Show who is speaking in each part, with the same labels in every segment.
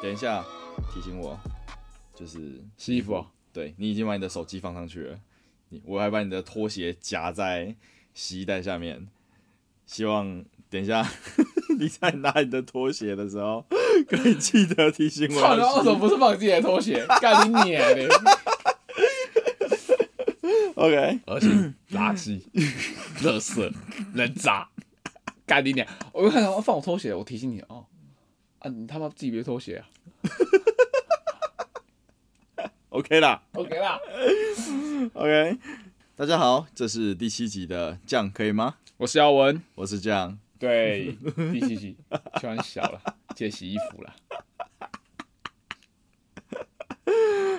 Speaker 1: 等一下提醒我，就是
Speaker 2: 洗衣服哦。
Speaker 1: 对你已经把你的手机放上去了，你我还把你的拖鞋夹在洗衣袋下面，希望等一下 你在拿你的拖鞋的时候，可以记得提醒 我
Speaker 2: 操，你妈
Speaker 1: 要
Speaker 2: 为
Speaker 1: 洗
Speaker 2: 什么不是放自己的拖 鞋？干你娘的！
Speaker 1: OK，
Speaker 2: 而且垃 圾、垃圾、人渣，干你娘！我就看到放我拖鞋，我提醒你哦，啊，你他妈自己别拖鞋啊
Speaker 1: OK 啦。
Speaker 2: ，OK 啦。
Speaker 1: OK，大家好，这是第七集的这样可以吗？
Speaker 2: 我是耀文，
Speaker 1: 我是这样，
Speaker 2: 对，第七集突然小了，借洗衣服了。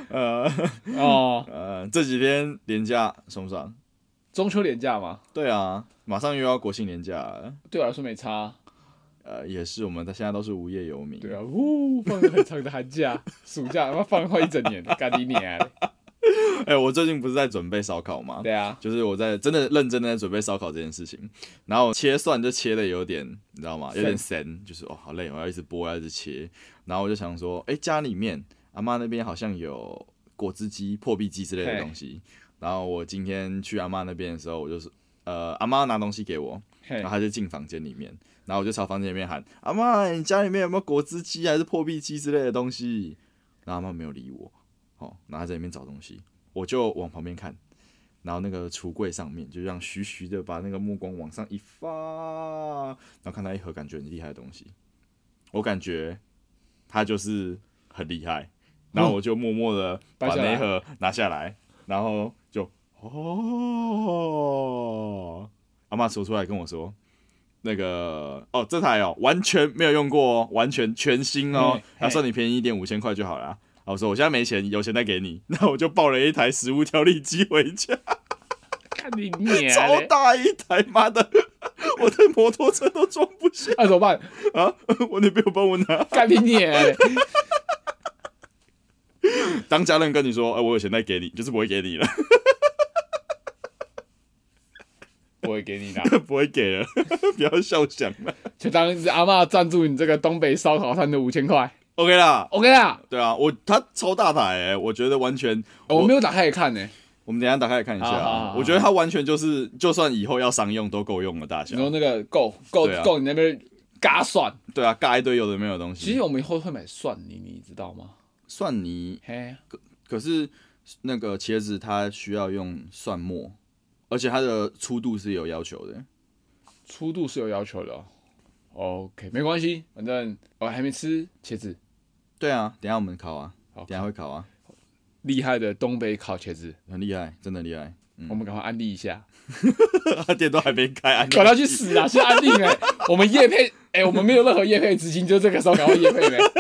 Speaker 1: 呃
Speaker 2: 哦，
Speaker 1: 呃，这几天年假爽不爽？
Speaker 2: 中秋连假嘛，
Speaker 1: 对啊，马上又要国庆年假了，
Speaker 2: 对我来说没差。
Speaker 1: 呃，也是我们现在都是无业游民。
Speaker 2: 对啊，呜，放个很长的寒假、暑假，他妈放快一整年，干你娘的！
Speaker 1: 哎、我最近不是在准备烧烤吗？
Speaker 2: 对啊，
Speaker 1: 就是我在真的认真的在准备烧烤这件事情，然后切蒜就切的有点，你知道吗？有点神，就是哦好累，我要一直剥，要一直切。然后我就想说，哎、家里面阿妈那边好像有果汁机、破壁机之类的
Speaker 2: 嘿
Speaker 1: 东西。然后我今天去阿妈那边的时候，我就是呃阿妈拿东西给我，
Speaker 2: 嘿
Speaker 1: 然后，她就进房间里面，然后我就朝房间里面喊阿妈，你家里面有没有果汁机啊还是破壁机之类的东西？然后阿妈没有理我，哦，然后她在里面找东西，我就往旁边看，然后那个橱柜上面就这样徐徐的把那个目光往上一发，然后看到一盒感觉很厉害的东西，我感觉它就是很厉害，然后我就默默 的把
Speaker 2: 搬下
Speaker 1: 那一
Speaker 2: 来
Speaker 1: 盒拿下来，然后就哦，阿妈走出来跟我说。那个哦，这台哦完全没有用过哦，完全全新哦
Speaker 2: 嘿，
Speaker 1: 他算你便宜一点，五千块就好啦。然后我说我现在没钱，有钱再给你。 那我就抱了一台食物调理机回家，
Speaker 2: 干你娘的！
Speaker 1: 超大一台，妈的， 我的摩托车都装不下
Speaker 2: 那、怎么办？
Speaker 1: 啊！我女朋友帮我拿。
Speaker 2: 干你娘 的！
Speaker 1: 当家人跟你说，哎、我有钱再给你，就是不会给你了，
Speaker 2: 不会给你的，
Speaker 1: 不会给了， 不要笑想了。
Speaker 2: 就当阿嬷赞助你这个东北烧烤摊的五千块
Speaker 1: OK 啦，
Speaker 2: ，OK 啦。
Speaker 1: 对啊，我他超大台、欸，我觉得完全
Speaker 2: 我没有打开来看呢、
Speaker 1: 我们等一下打开来看一下啊、
Speaker 2: 好好好好
Speaker 1: 我觉得它完全就是，就算以后要商用都够用的大小
Speaker 2: 你。说那个够够
Speaker 1: 对啊
Speaker 2: 够，你那边嘎蒜。
Speaker 1: 对啊，尬一堆有的没有的东
Speaker 2: 其
Speaker 1: 西。
Speaker 2: 实我们以后会买蒜泥，你知道吗？
Speaker 1: 蒜泥，
Speaker 2: 嘿，
Speaker 1: 可是那个茄子它需要用蒜末，而且它的粗度是有要求的。
Speaker 2: 粗度是有要求的哦。OK，没关系，反正我还没吃茄子，
Speaker 1: 对啊，等一下我们烤啊，
Speaker 2: 好
Speaker 1: 等一下会烤啊，
Speaker 2: 厉害的东北烤茄子，
Speaker 1: 很厉害，真的厉害。
Speaker 2: 我们赶快安利一下，
Speaker 1: 店都还没 开，安利
Speaker 2: 管他去死啊！去安利 哎、我们叶配哎、我们没有任何叶配资金，就这个时候赶快叶配呗。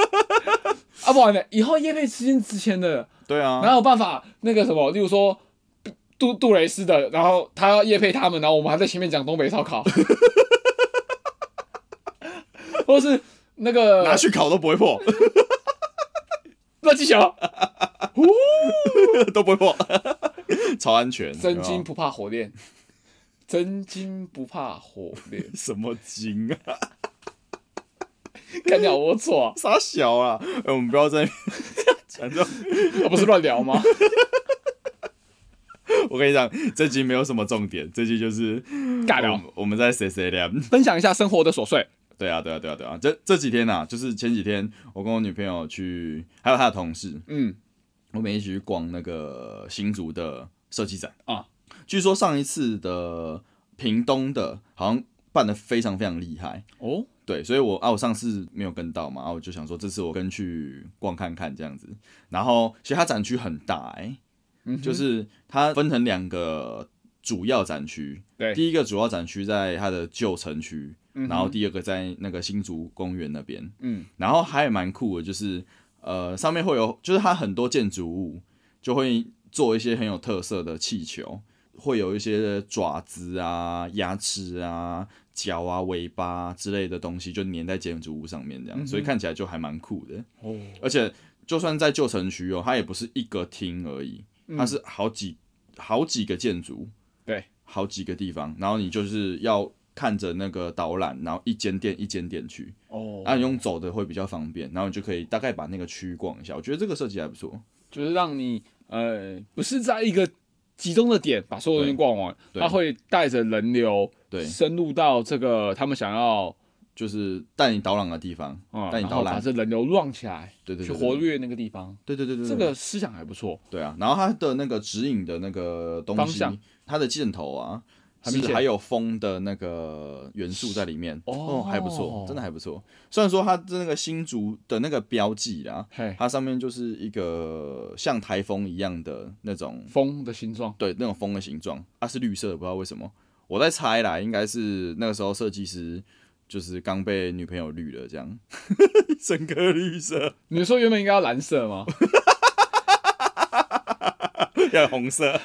Speaker 2: 啊，不然呢？以后叶配资金值钱的，
Speaker 1: 对啊，
Speaker 2: 哪有办法？那个什么，例如说杜杜蕾斯的，然后他要夜配他们，然后我们还在前面讲东北烧 烤，或是
Speaker 1: 拿
Speaker 2: 那个
Speaker 1: 去烤都不会破，
Speaker 2: 热气球，
Speaker 1: 都不会破， 超安全。
Speaker 2: 真
Speaker 1: 有没有
Speaker 2: 金不怕火炼，真金不怕火炼，
Speaker 1: 什么金啊？
Speaker 2: 干掉我错、啊，
Speaker 1: 傻小啊！哎，我们不要在那边 讲这种
Speaker 2: 啊不是乱聊 吗？
Speaker 1: 我跟你讲，这集没有什么重点，这集就是
Speaker 2: 尬
Speaker 1: 我
Speaker 2: 聊，
Speaker 1: 们我们在谁谁聊。
Speaker 2: 嗯分享一下生活的琐碎。
Speaker 1: 对啊，对啊，对啊，对啊。这这几天啊，就是前几天我跟我女朋友去，还有她的同事，
Speaker 2: 嗯，
Speaker 1: 我们一起去逛那个新竹的设计展
Speaker 2: 啊。
Speaker 1: 据说上一次的屏东的，好像办的非常非常厉害。
Speaker 2: 哦，
Speaker 1: 对，所以我啊，我上次没有跟到嘛，啊，我就想说这次我跟去逛看看这样子。然后其实它展区很大哎、
Speaker 2: 嗯哼
Speaker 1: 就是它分成两个主要展区，
Speaker 2: 对
Speaker 1: 第一个主要展区在它的旧城区，
Speaker 2: 嗯哼
Speaker 1: 然后第二个在那个新竹公园那边，
Speaker 2: 嗯，
Speaker 1: 然后还蛮酷的，就是呃上面会有，就是它很多建筑物就会做一些很有特色的气球，会有一些爪子啊、牙齿啊、脚啊、尾巴啊之类的东西，就粘在建筑物上面这样，所以看起来就还蛮酷的。
Speaker 2: 哦，
Speaker 1: 而且就算在旧城区哦，它也不是一个厅而已，它是好几、好几个建筑，
Speaker 2: 对，
Speaker 1: 好几个地方，然后你就是要看着那个导览，然后一间店一间店去，
Speaker 2: 哦
Speaker 1: 啊，你用走的会比较方便，然后你就可以大概把那个区域逛一下。我觉得这个设计还不错。
Speaker 2: 就是让你呃不是在一个集中的点把所有东西逛完，
Speaker 1: 对
Speaker 2: 它会带着人流
Speaker 1: 对，
Speaker 2: 深入到这个他们想要
Speaker 1: 就是带你导览的地方，
Speaker 2: 啊，
Speaker 1: 嗯带你
Speaker 2: 然
Speaker 1: 导
Speaker 2: 后把
Speaker 1: 览，
Speaker 2: 这人流乱起来，
Speaker 1: 对对
Speaker 2: 去
Speaker 1: 对，嗯
Speaker 2: 活
Speaker 1: 对
Speaker 2: 跃那个地方。
Speaker 1: 对对对对，
Speaker 2: 这
Speaker 1: 对
Speaker 2: 个思想还不错，
Speaker 1: 对啊。然后它的那个指引的那个东
Speaker 2: 方
Speaker 1: 西
Speaker 2: 向，
Speaker 1: 它的箭头啊，
Speaker 2: 很
Speaker 1: 是
Speaker 2: 明显
Speaker 1: 还有风的那个元素在里面，
Speaker 2: 哦
Speaker 1: 还不错，真的还不错。虽然说它的那个新竹的那个标记啦，
Speaker 2: 嘿，
Speaker 1: 它上面就是一个像台风一样的那种
Speaker 2: 风的形状，
Speaker 1: 对，那种风的形状，它、是绿色的，不知道为什么。我在猜啦，应该是那个时候设计师就是刚被女朋友绿了，这样， 整个绿色，
Speaker 2: 你说原本应该要蓝色吗？
Speaker 1: 要有红 色，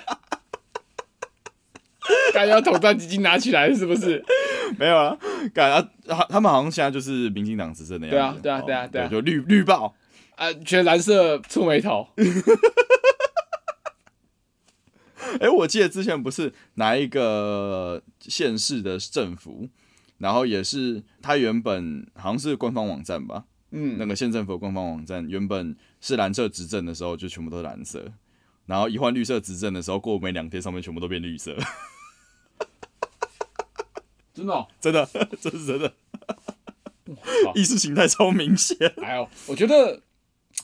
Speaker 2: 该要统战基金拿起来是不是？
Speaker 1: 没有啊，感啊，他他们好像现在就是民进党执政的样子，
Speaker 2: 对啊对啊
Speaker 1: 哦
Speaker 2: 对啊对啊
Speaker 1: 就绿绿爆，
Speaker 2: 啊，全蓝色触眉头，
Speaker 1: 哎、我记得之前不是拿一个县市的政府，然后也是它原本好像是官方网站吧，
Speaker 2: 嗯，
Speaker 1: 那个县政府的官方网站原本是蓝色执政的时候就全部都是蓝色，然后一换绿色执政的时候，过没两天上面全部都变绿色，
Speaker 2: 真的哦，
Speaker 1: 真的， 这是真的，
Speaker 2: 哇
Speaker 1: 意识形态超明显。
Speaker 2: 还有，哎我觉得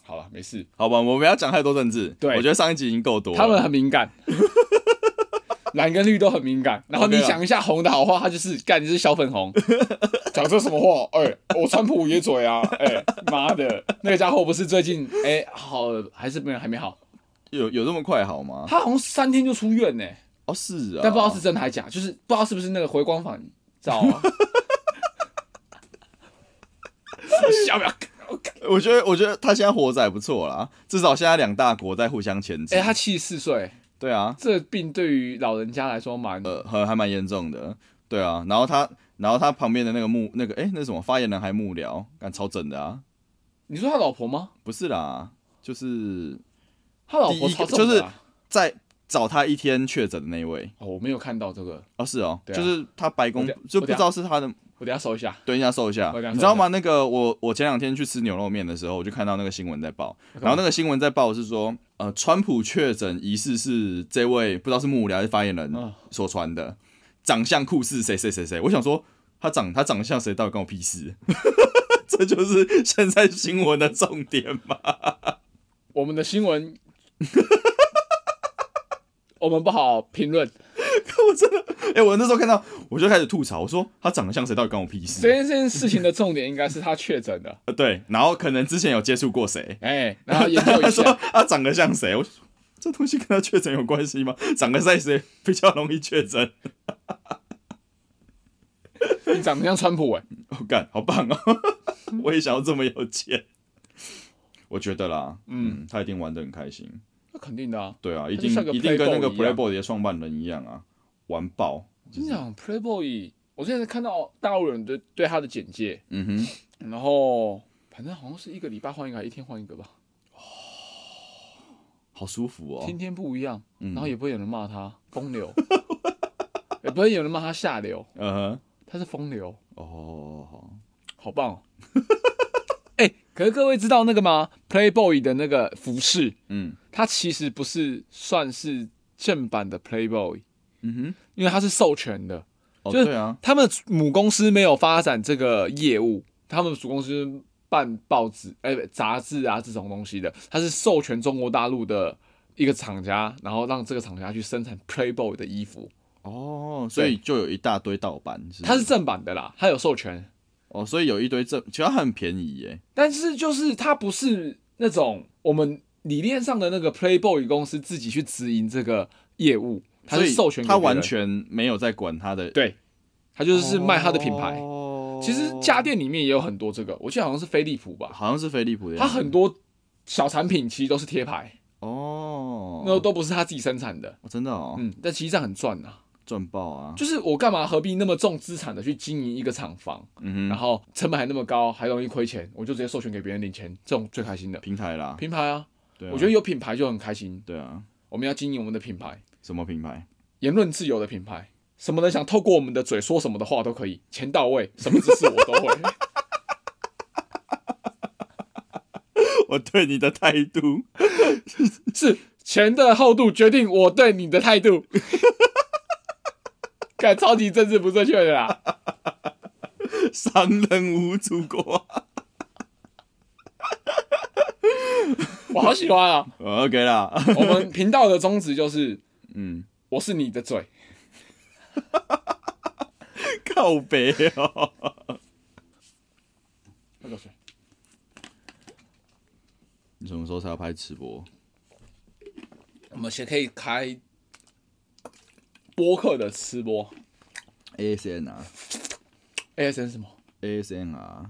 Speaker 2: 好了，没事，
Speaker 1: 好吧，我们不要讲太多政治，
Speaker 2: 对
Speaker 1: 我觉得上一集已经够多了。
Speaker 2: 他们很 敏感，蓝跟绿都很敏感。然后你
Speaker 1: OK 啦
Speaker 2: 想一下红的好话，他就是干你是小粉 红，讲这什么话？哎、我川普也嘴啊！哎、妈的，那个家伙不是最近哎、好还是没有还没好，
Speaker 1: 有有这么快好吗？
Speaker 2: 他好像三天就出院呢、
Speaker 1: 哦，是啊，
Speaker 2: 但不知道是真的还假，就是不知道是不是那个回光返 照啊。笑不要！
Speaker 1: 我觉得我觉得他现在活着还不错啦，至少现在两大国在互相前进。
Speaker 2: 哎、他七十四岁，
Speaker 1: 对啊，
Speaker 2: 这病对于老人家来说蛮……
Speaker 1: 呃，还还蛮严重的，对啊。然后他然后他旁边的那个幕那个哎、那什么发言人还幕僚，干超整的啊，
Speaker 2: 你说他老婆吗？
Speaker 1: 不是啦，就是
Speaker 2: 他老
Speaker 1: 第
Speaker 2: 婆
Speaker 1: 一
Speaker 2: 超
Speaker 1: 个
Speaker 2: 重
Speaker 1: 就是
Speaker 2: 的啊
Speaker 1: 在找他一天确诊的那一位
Speaker 2: 哦，我没有看到这个，
Speaker 1: 哦，是哦，
Speaker 2: 对啊
Speaker 1: 就是他白宫
Speaker 2: 我等
Speaker 1: 就不知道是他的，
Speaker 2: 我等一下搜一下。
Speaker 1: 等一下搜一下
Speaker 2: 我，等一下
Speaker 1: 你知道吗？那个我我前两天去吃牛肉面的时候，我就看到那个新闻在报，然后那个新闻在报是说，呃，川普确诊疑似是这位不知道是幕僚还是发言人
Speaker 2: 嗯
Speaker 1: 所传的，长相酷似谁谁谁谁，我想说他长他长相谁到底关我屁事？ 这就是现在新闻的重点嘛？
Speaker 2: 我们的新闻，我们不好评论
Speaker 1: 哎、我那时候看到我就开始吐槽，我说他长得像谁到底关我屁事？
Speaker 2: 这件这件事情的重点应该是他确诊的，
Speaker 1: 呃，对，然后可能之前有接触过谁，
Speaker 2: 哎、然后研 究
Speaker 1: 他
Speaker 2: 一
Speaker 1: 说
Speaker 2: 下，
Speaker 1: 他长得像谁，我就说这东西跟他确诊有关系吗？长得像谁比较容易确诊？
Speaker 2: 你长得像川普哎、
Speaker 1: 我、干，好棒哦！ 我也想要这么有钱。我觉得啦，嗯，他一定玩的很开心。
Speaker 2: 那肯定的啊，
Speaker 1: 对啊，一
Speaker 2: 就
Speaker 1: 定
Speaker 2: 像个
Speaker 1: 一定跟那个
Speaker 2: Playboy 一样
Speaker 1: Playboy 的创办人一样啊，玩爆。
Speaker 2: 真讲 Playboy，我之前看到大陆人对对他的简介，
Speaker 1: 嗯哼，
Speaker 2: 然后反正好像是一个礼拜换一个，还一天换一个吧，
Speaker 1: 好舒服哦
Speaker 2: 天。天不一样，
Speaker 1: 嗯
Speaker 2: 然后也不会有人骂他 风流，也不会有人骂他下流，
Speaker 1: 嗯哼，
Speaker 2: 他是风流，
Speaker 1: 哦，好
Speaker 2: 好棒、哦！ 哎、可是各位知道那个吗？Playboy 的那个服饰，
Speaker 1: 嗯
Speaker 2: 它其实不是算是正版的 Playboy，
Speaker 1: 嗯
Speaker 2: 因为它是授权的。
Speaker 1: 哼，哦，
Speaker 2: 就是
Speaker 1: 对啊，
Speaker 2: 他们母公司没有发展这个业务，他们子公司办报纸、哎、不杂志啊这种东西的，它是授权中国大陆的一个厂家，然后让这个厂家去生产 Playboy 的衣服。
Speaker 1: 哦，所以就有一大堆盗版，是不
Speaker 2: 它是正版的啦，它有授权，
Speaker 1: 哦，所以有一堆这，其实它很便宜耶。
Speaker 2: 但是就是它不是那种我们理念上的那个 Playboy 公司自己去直营这个业务，它
Speaker 1: 所
Speaker 2: 是
Speaker 1: 以
Speaker 2: 授权给别
Speaker 1: 他
Speaker 2: 人，
Speaker 1: 完全没有在管他的，
Speaker 2: 对，它就是卖它的品牌。
Speaker 1: 哦
Speaker 2: 其实家电里面也有很多这个，我记得好像是飞利浦吧，
Speaker 1: 好像是飞利浦的样
Speaker 2: 它
Speaker 1: 子，
Speaker 2: 很多小产品其实都是贴牌，
Speaker 1: 哦，
Speaker 2: 那都不是它自己生产的。
Speaker 1: 哦真的哦，
Speaker 2: 嗯，但其实这样很赚呐、
Speaker 1: 赚爆啊！
Speaker 2: 就是我干嘛何必那么重资产的去经营一个厂房，
Speaker 1: 嗯
Speaker 2: 然
Speaker 1: 哼，
Speaker 2: 后成本还那么高，还容易亏钱，我就直接授权给别人领钱，这种最开心的
Speaker 1: 平台啦，
Speaker 2: 品牌啊。
Speaker 1: 对啊，
Speaker 2: 我觉得有品牌就很开心，
Speaker 1: 对啊，
Speaker 2: 我们要经营我们的品牌，
Speaker 1: 什么品牌？
Speaker 2: 言论自由的品牌，什么人想透过我们的嘴说什么的话都可以，钱到位，什么指示我都会。
Speaker 1: 我对你的态度，
Speaker 2: 是钱的厚度决定我对你的态度。 看，超级政治不正确的啦！
Speaker 1: 商人无祖 国。
Speaker 2: 我好喜欢啊！
Speaker 1: 哦 OK 啦，
Speaker 2: 我们频道的宗旨就是
Speaker 1: 嗯，
Speaker 2: 我是你的嘴，
Speaker 1: 靠北哦。
Speaker 2: 喝口水。
Speaker 1: 你什么时候才要拍直播？
Speaker 2: 我们先可以开播客的吃播
Speaker 1: ASMR
Speaker 2: ，ASN 什么？
Speaker 1: ASMR，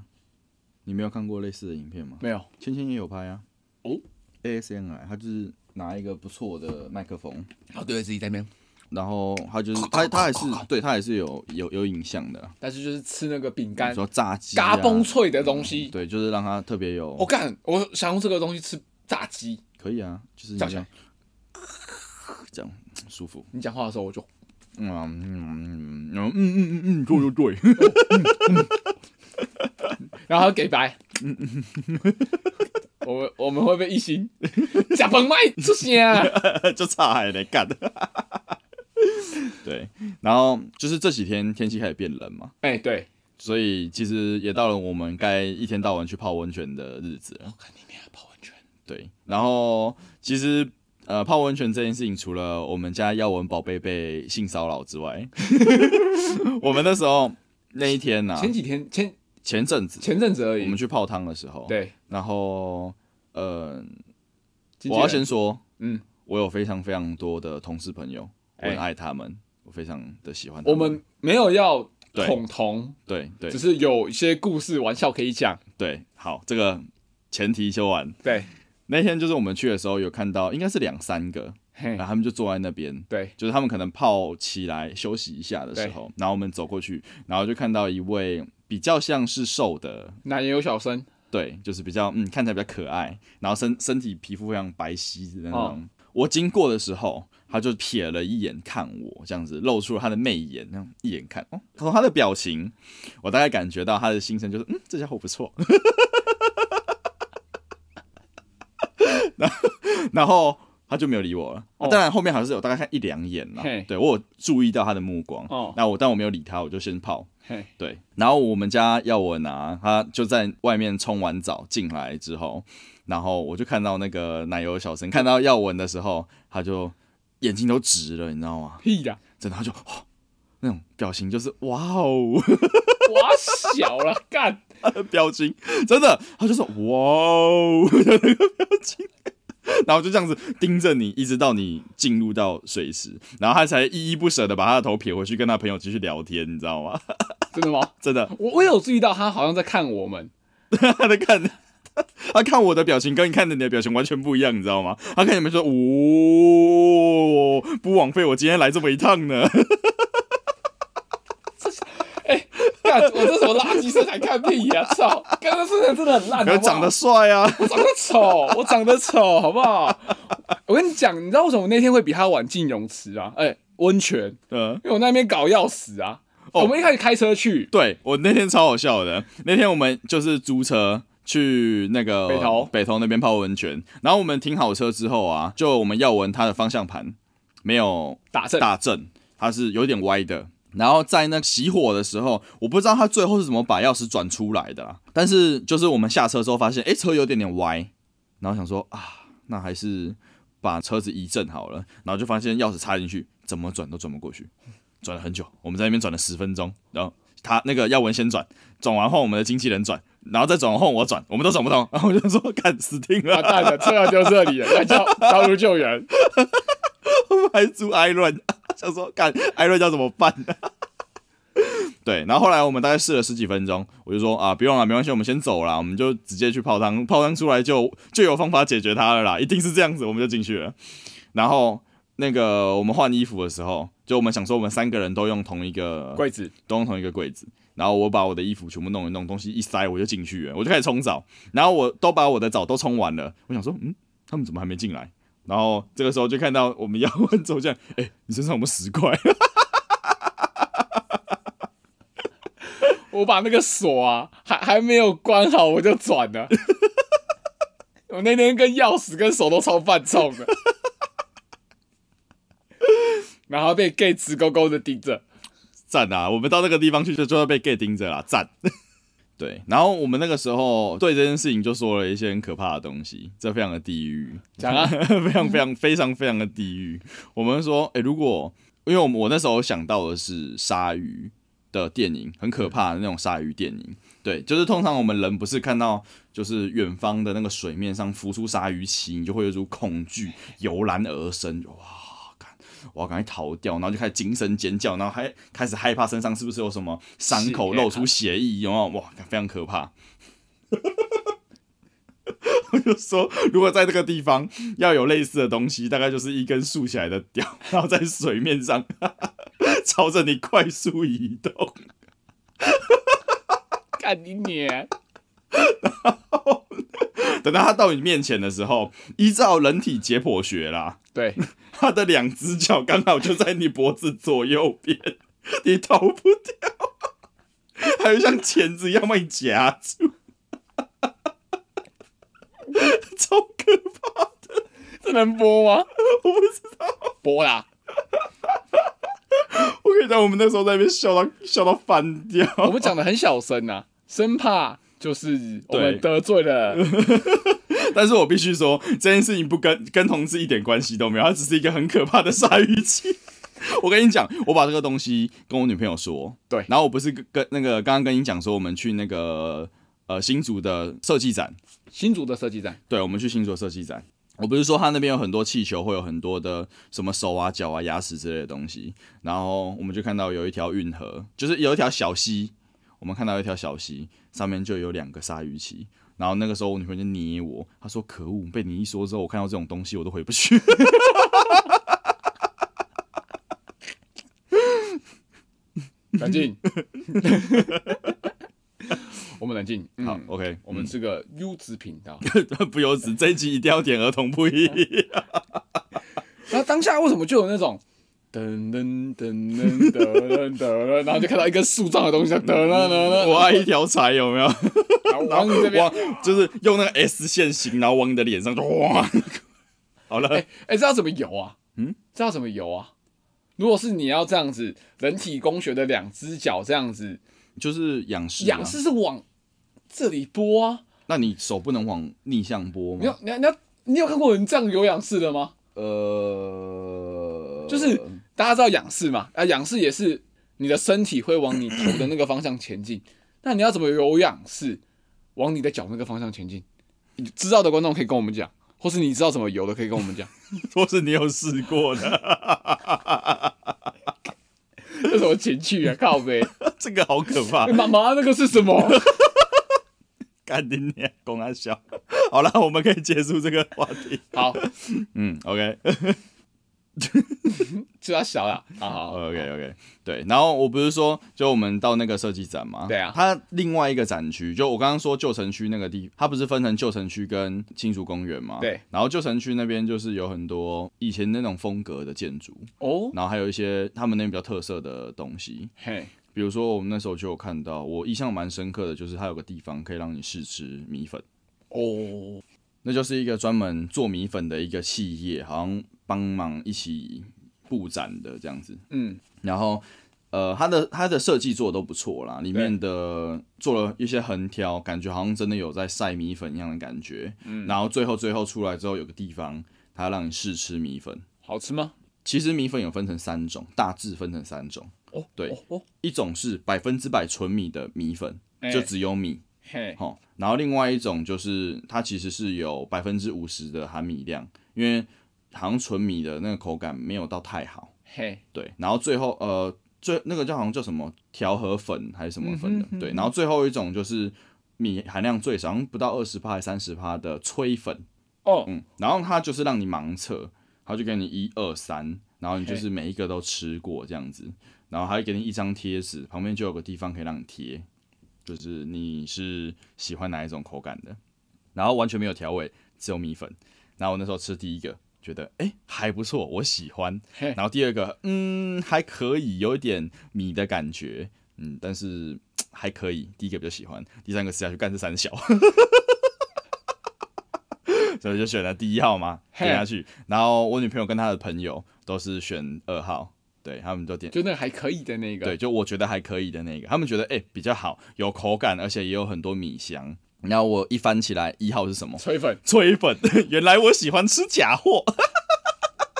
Speaker 1: 你啊没有看过类似的影片吗？
Speaker 2: 没有，
Speaker 1: 芊芊也有拍啊。
Speaker 2: 哦
Speaker 1: ，ASMR，他啊就是拿一个不错的麦克风，
Speaker 2: 然后哦对着自己在那边，
Speaker 1: 然后他就是他他也是对他也是有有有影像的啊，
Speaker 2: 但是就是吃那个饼
Speaker 1: 比
Speaker 2: 干
Speaker 1: 如，说炸鸡、啊、
Speaker 2: 嘎嘣脆的东西。
Speaker 1: 对，就是让他特别有。
Speaker 2: 我干、我想用这个东西吃炸鸡。
Speaker 1: 可以啊，就是你
Speaker 2: 叫
Speaker 1: 这
Speaker 2: 起来
Speaker 1: 样，这样舒服。
Speaker 2: 你讲话的时候我就
Speaker 1: 嗯啊嗯嗯嗯嗯嗯，对对对。
Speaker 2: 然后给白，我们我们会被一心，假崩麦出现啊！
Speaker 1: 就差海来干。对，然后就是这几天天气开始变冷嘛，
Speaker 2: 哎、对，
Speaker 1: 所以其实也到了我们该一天到晚去泡温泉的日子了。
Speaker 2: 我看你俩泡温泉，
Speaker 1: 对，然后其实呃泡温泉这件事情，除了我们家耀文宝贝被性骚扰之外， 我们那时候那一天呐、啊
Speaker 2: 前几天前
Speaker 1: 前阵子
Speaker 2: 前阵子而已，
Speaker 1: 我们去泡汤的时候，，
Speaker 2: 对，
Speaker 1: 然后呃，
Speaker 2: 经纪人
Speaker 1: 我要先说，
Speaker 2: 嗯，
Speaker 1: 我有非常非常多的同事朋友，我
Speaker 2: 哎
Speaker 1: 很爱他们，我非常的喜欢他
Speaker 2: 我们没有要
Speaker 1: 对
Speaker 2: 恐同，
Speaker 1: 对对
Speaker 2: 只是有一些故事玩笑可以讲，
Speaker 1: 对，好，这个前提修完。
Speaker 2: 对，
Speaker 1: 那天就是我们去的时候有看到，应该是两三个，
Speaker 2: 嘿
Speaker 1: 然，后他们就坐在那边，
Speaker 2: 对，
Speaker 1: 就是他们可能泡起来休息一下的时候，然后我们走过去，然后就看到一位比较像是瘦的，
Speaker 2: 男也有小生，
Speaker 1: 对，就是比较嗯看起来比较可爱，然后身身体皮肤非常白皙的那种。
Speaker 2: 哦
Speaker 1: 我经过的时候，他就瞥了一眼看我，这样子露出了他的媚眼，那样一眼看，哦，从他的表情，我大概感觉到他的心声就是，嗯，这家伙不错。 然后，然后他就没有理我了。
Speaker 2: 哦
Speaker 1: 当然，后面好像是有大概看一两眼啦
Speaker 2: 嘿。
Speaker 1: 对我有注意到他的目光。
Speaker 2: 哦
Speaker 1: 那我但我没有理他，我就先泡。
Speaker 2: 嘿，
Speaker 1: 对，然后我们家要我拿，他就在外面冲完澡进来之后，然后我就看到那个奶油小生看到耀文的时候，他就眼睛都直了，你知道吗？
Speaker 2: 屁呀，
Speaker 1: 真的，他就、 哦、那种表情就是哇哦，
Speaker 2: 我小了，干，
Speaker 1: 他的表情 真的，他就说哇哦的那个表情，然后就这样子盯着你，一直到你进入到水池，然后他才依依不舍的把他的头撇回去，跟他朋友继续聊天，你知道吗？
Speaker 2: 真的吗？
Speaker 1: 真的，
Speaker 2: 我我有注意到他好像在看我们，
Speaker 1: 他在看， 他看我的表情跟看着你的表情完全不一样，你知道吗？他看你们说，哦，不枉费我今天来这么一趟呢。
Speaker 2: 干，我这什么垃圾身材看屁呀，操，刚刚身材真的很烂，
Speaker 1: 可
Speaker 2: 好
Speaker 1: 是
Speaker 2: 不好
Speaker 1: 长得帅啊，
Speaker 2: 我长得丑，我长得丑，好不好？我跟你讲，你知道为什么我那天会比他晚进泳池啊？哎、温泉，
Speaker 1: 嗯。
Speaker 2: 因为我那边搞要死啊。
Speaker 1: 哦
Speaker 2: 我们一开始开车去，
Speaker 1: 对我那天超好笑的，那天我们就是租车去那个
Speaker 2: 北投
Speaker 1: 北投那边泡温泉，然后我们停好车之后啊，就我们耀文他的方向盘没有
Speaker 2: 打正
Speaker 1: 大正，它是有点歪的。然后在那熄火的时候，我不知道他最后是怎么把钥匙转出来的啦。但是就是我们下车之后发现，诶，车有点点歪，然后想说啊，那还是把车子移正好了。然后就发现钥匙插进去，怎么转都转不过去，转了很久。我们在那边转了十分钟，然后他那个耀文先转，转完后我们的经纪人转，然后再转完后我转，我们都转不动。然后我就说，干死定了
Speaker 2: 完，蛋了，车要丢这里了，要叫招如救援。
Speaker 1: 还租 Iron，想 说干 Iron 要怎么办、 对，然后后来我们大概试了十几分钟，我就说啊，不用了，没关系，我们先走了，我们就直接去泡汤，泡汤出来就就有方法解决它了啦，一定是这样子，我们就进去了。然后那个我们换衣服的时候，就我们想说我们三个人都用同一个
Speaker 2: 柜子，
Speaker 1: 都用同一个柜子，然后我把我的衣服全部弄一弄，东西一塞我就进去了，我就开始冲澡，然后我都把我的澡都冲完了，我想说，嗯，他们怎么还没进来？然后这个时候就看到我们姚文走进来，哎、你身上有没有十块？
Speaker 2: 我把那个锁啊，还还没有关好，我就转 了。我那天跟钥匙跟手都超犯冲的，然后被 gay 直勾勾的盯着。
Speaker 1: 赞啊！我们到那个地方去就就会被 gay 盯着啦，赞。 对，然后我们那个时候对这件事情就说了一些很可怕的东西，这非常的地狱，
Speaker 2: 讲 啊
Speaker 1: 非常非常非常非常的地狱。我们说，诶，如果因为我们我那时候想到的是鲨鱼的电影，很可怕的那种鲨鱼电影。对，就是通常我们人不是看到就是远方的那个水面上浮出鲨鱼鳍，你就会有一种恐惧油然而生，哇，干我要赶快逃掉，然后就开始惊声尖叫，然后还开始害怕身上是不是有什么伤口
Speaker 2: 血啊
Speaker 1: 露出血液，有没有？哇，非常可怕。 我就说，如果在这个地方要有类似的东西，大概就是一根竖起来的屌，然后在水面上 朝着你快速移动。
Speaker 2: 干你娘！
Speaker 1: 等到它到你面前的时候，依照人体解剖学啦，
Speaker 2: 对，
Speaker 1: 它的两只脚刚好就在你脖子左右边，你逃不掉，还有像钳子一样把你夹住， 超可怕！
Speaker 2: 这能播吗？
Speaker 1: 我不知
Speaker 2: 播啦！
Speaker 1: 我跟你讲，我们那时候在那边笑到笑到翻掉。
Speaker 2: 我们讲的很小声啊，生怕就是我们得罪了。
Speaker 1: 但是我必须说，这件事情不跟跟同志一点关系都没有，它只是一个很可怕的鲨鱼器。 我跟你讲，我把这个东西跟我女朋友说，
Speaker 2: 对
Speaker 1: 然后我不是跟跟那个刚刚跟你讲说，我们去那个呃新竹的设计展，
Speaker 2: 新竹的设计展，
Speaker 1: 对，我们去新竹的设计展。我不是说他那边有很多气球，会有很多的什么手啊、脚啊、牙齿之类的东西。然后我们就看到有一条运河，就是有一条小溪，我们看到一条小溪，上面就有两个鲨鱼鳍。然后那个时候我女朋友就捏我，她说：“可恶，被你一说之后，我看到这种东西我都回不去。
Speaker 2: 冷 静。我们冷静。嗯、
Speaker 1: 好，OK，
Speaker 2: 我们是个优质频道。
Speaker 1: 不由此这一集一定要点儿童不宜。
Speaker 2: 然后当下为什么就有那种噔噔噔噔噔噔噔，然后就看到一根树状的东西，噔噔噔噔，
Speaker 1: 我爱一条柴，有没有？
Speaker 2: 然后往你这嗯边
Speaker 1: 往，就是用那个 S 线型，然后往你的脸上就哇。好了，
Speaker 2: 哎哎，知道怎么游啊？
Speaker 1: 嗯，
Speaker 2: 知道怎么游啊？如果是你要这样子，人体工学的两只脚这样子，
Speaker 1: 就是仰视、啊，
Speaker 2: 仰视是往这里拨啊。
Speaker 1: 那你手不能往逆向拨
Speaker 2: 你
Speaker 1: 吗
Speaker 2: 要？你要你要你有看过有人这样游仰视的吗？
Speaker 1: 呃，
Speaker 2: 就是大家知道仰视嘛，啊，仰视也是你的身体会往你头的那个方向前进。 那你要怎么有仰视，往你的脚那个方向前进？你知道的观众可以跟我们讲，或是你知道怎么游的可以跟我们 讲。
Speaker 1: 都是你有试过的，
Speaker 2: 这什么情趣啊？靠背，
Speaker 1: 这个好可怕
Speaker 2: 哎，妈妈那个是什 么？
Speaker 1: 干你娘，公安笑。 好了，我们可以结束这个话 题。
Speaker 2: 好，
Speaker 1: 嗯，OK，
Speaker 2: 就要小了。好好好
Speaker 1: OK OK，对，哦然后我不是说，就我们到那个设计展嘛，
Speaker 2: 对啊
Speaker 1: 它另外一个展区，就我刚刚说旧城区那个地，它不是分成旧城区跟青竹公园嘛，
Speaker 2: 对，
Speaker 1: 然后旧城区那边就是有很多以前那种风格的建筑，
Speaker 2: 哦，
Speaker 1: 然后还有一些他们那边比较特色的东西，
Speaker 2: 嘿，
Speaker 1: 比如说我们那时候就有看到，我印象蛮深刻的就是它有个地方可以让你试吃米粉，
Speaker 2: 哦，
Speaker 1: 那就是一个专门做米粉的一个企业，好像帮忙一起布展的这样子。
Speaker 2: 嗯，
Speaker 1: 然后呃，它的它的设计做的都不错啦，里面的做了一些横条，感觉好像真的有在晒米粉一样的感觉。嗯，然后最后最后出来之后，有个地方它让你试吃米粉。
Speaker 2: 好吃吗？
Speaker 1: 其实米粉有分成三种，大致分成三种，
Speaker 2: 哦，
Speaker 1: 对
Speaker 2: 哦，哦，
Speaker 1: 一种是百分之百纯米的米粉，
Speaker 2: 哎
Speaker 1: 就只有米。
Speaker 2: 嘿，
Speaker 1: 好，然后另外一种就是它其实是有百分之五十的含米量，因为好像纯米的那个口感没有到太好，
Speaker 2: 嘿，
Speaker 1: 对。然后最后呃，最那个叫好像叫什么调和粉还是什么粉的，对。然后最后一种就是米含量最少，好像不到二十帕还三十帕的催粉，
Speaker 2: 哦，
Speaker 1: 嗯。然后它就是让你盲测，它就给你一二三，然后你就是每一个都吃过这样子，然后还会给你一张贴纸，旁边就有个地方可以让你贴，就是你是喜欢哪一种口感的，然后完全没有调味，只有米粉。然后我那时候吃第一个，觉得哎、诶还不错，我喜欢
Speaker 2: 嘿。
Speaker 1: 然后第二个，嗯还可以，有一点米的感觉，嗯，但是嘖还可以，第一个比较喜欢，第三个吃下去干是三小， 所以就选了第一号嘛，
Speaker 2: 嘿
Speaker 1: 点下去。然后我女朋友跟她的朋友都是选二号，对他们都点。
Speaker 2: 就那个还可以的那个。
Speaker 1: 对，，就我觉得还可以的那个，他们觉得哎、比较好，有口感，而且也有很多米香。然后我一翻起来，一号是什么？
Speaker 2: 吹粉，
Speaker 1: 吹粉， 原来我喜欢吃假货。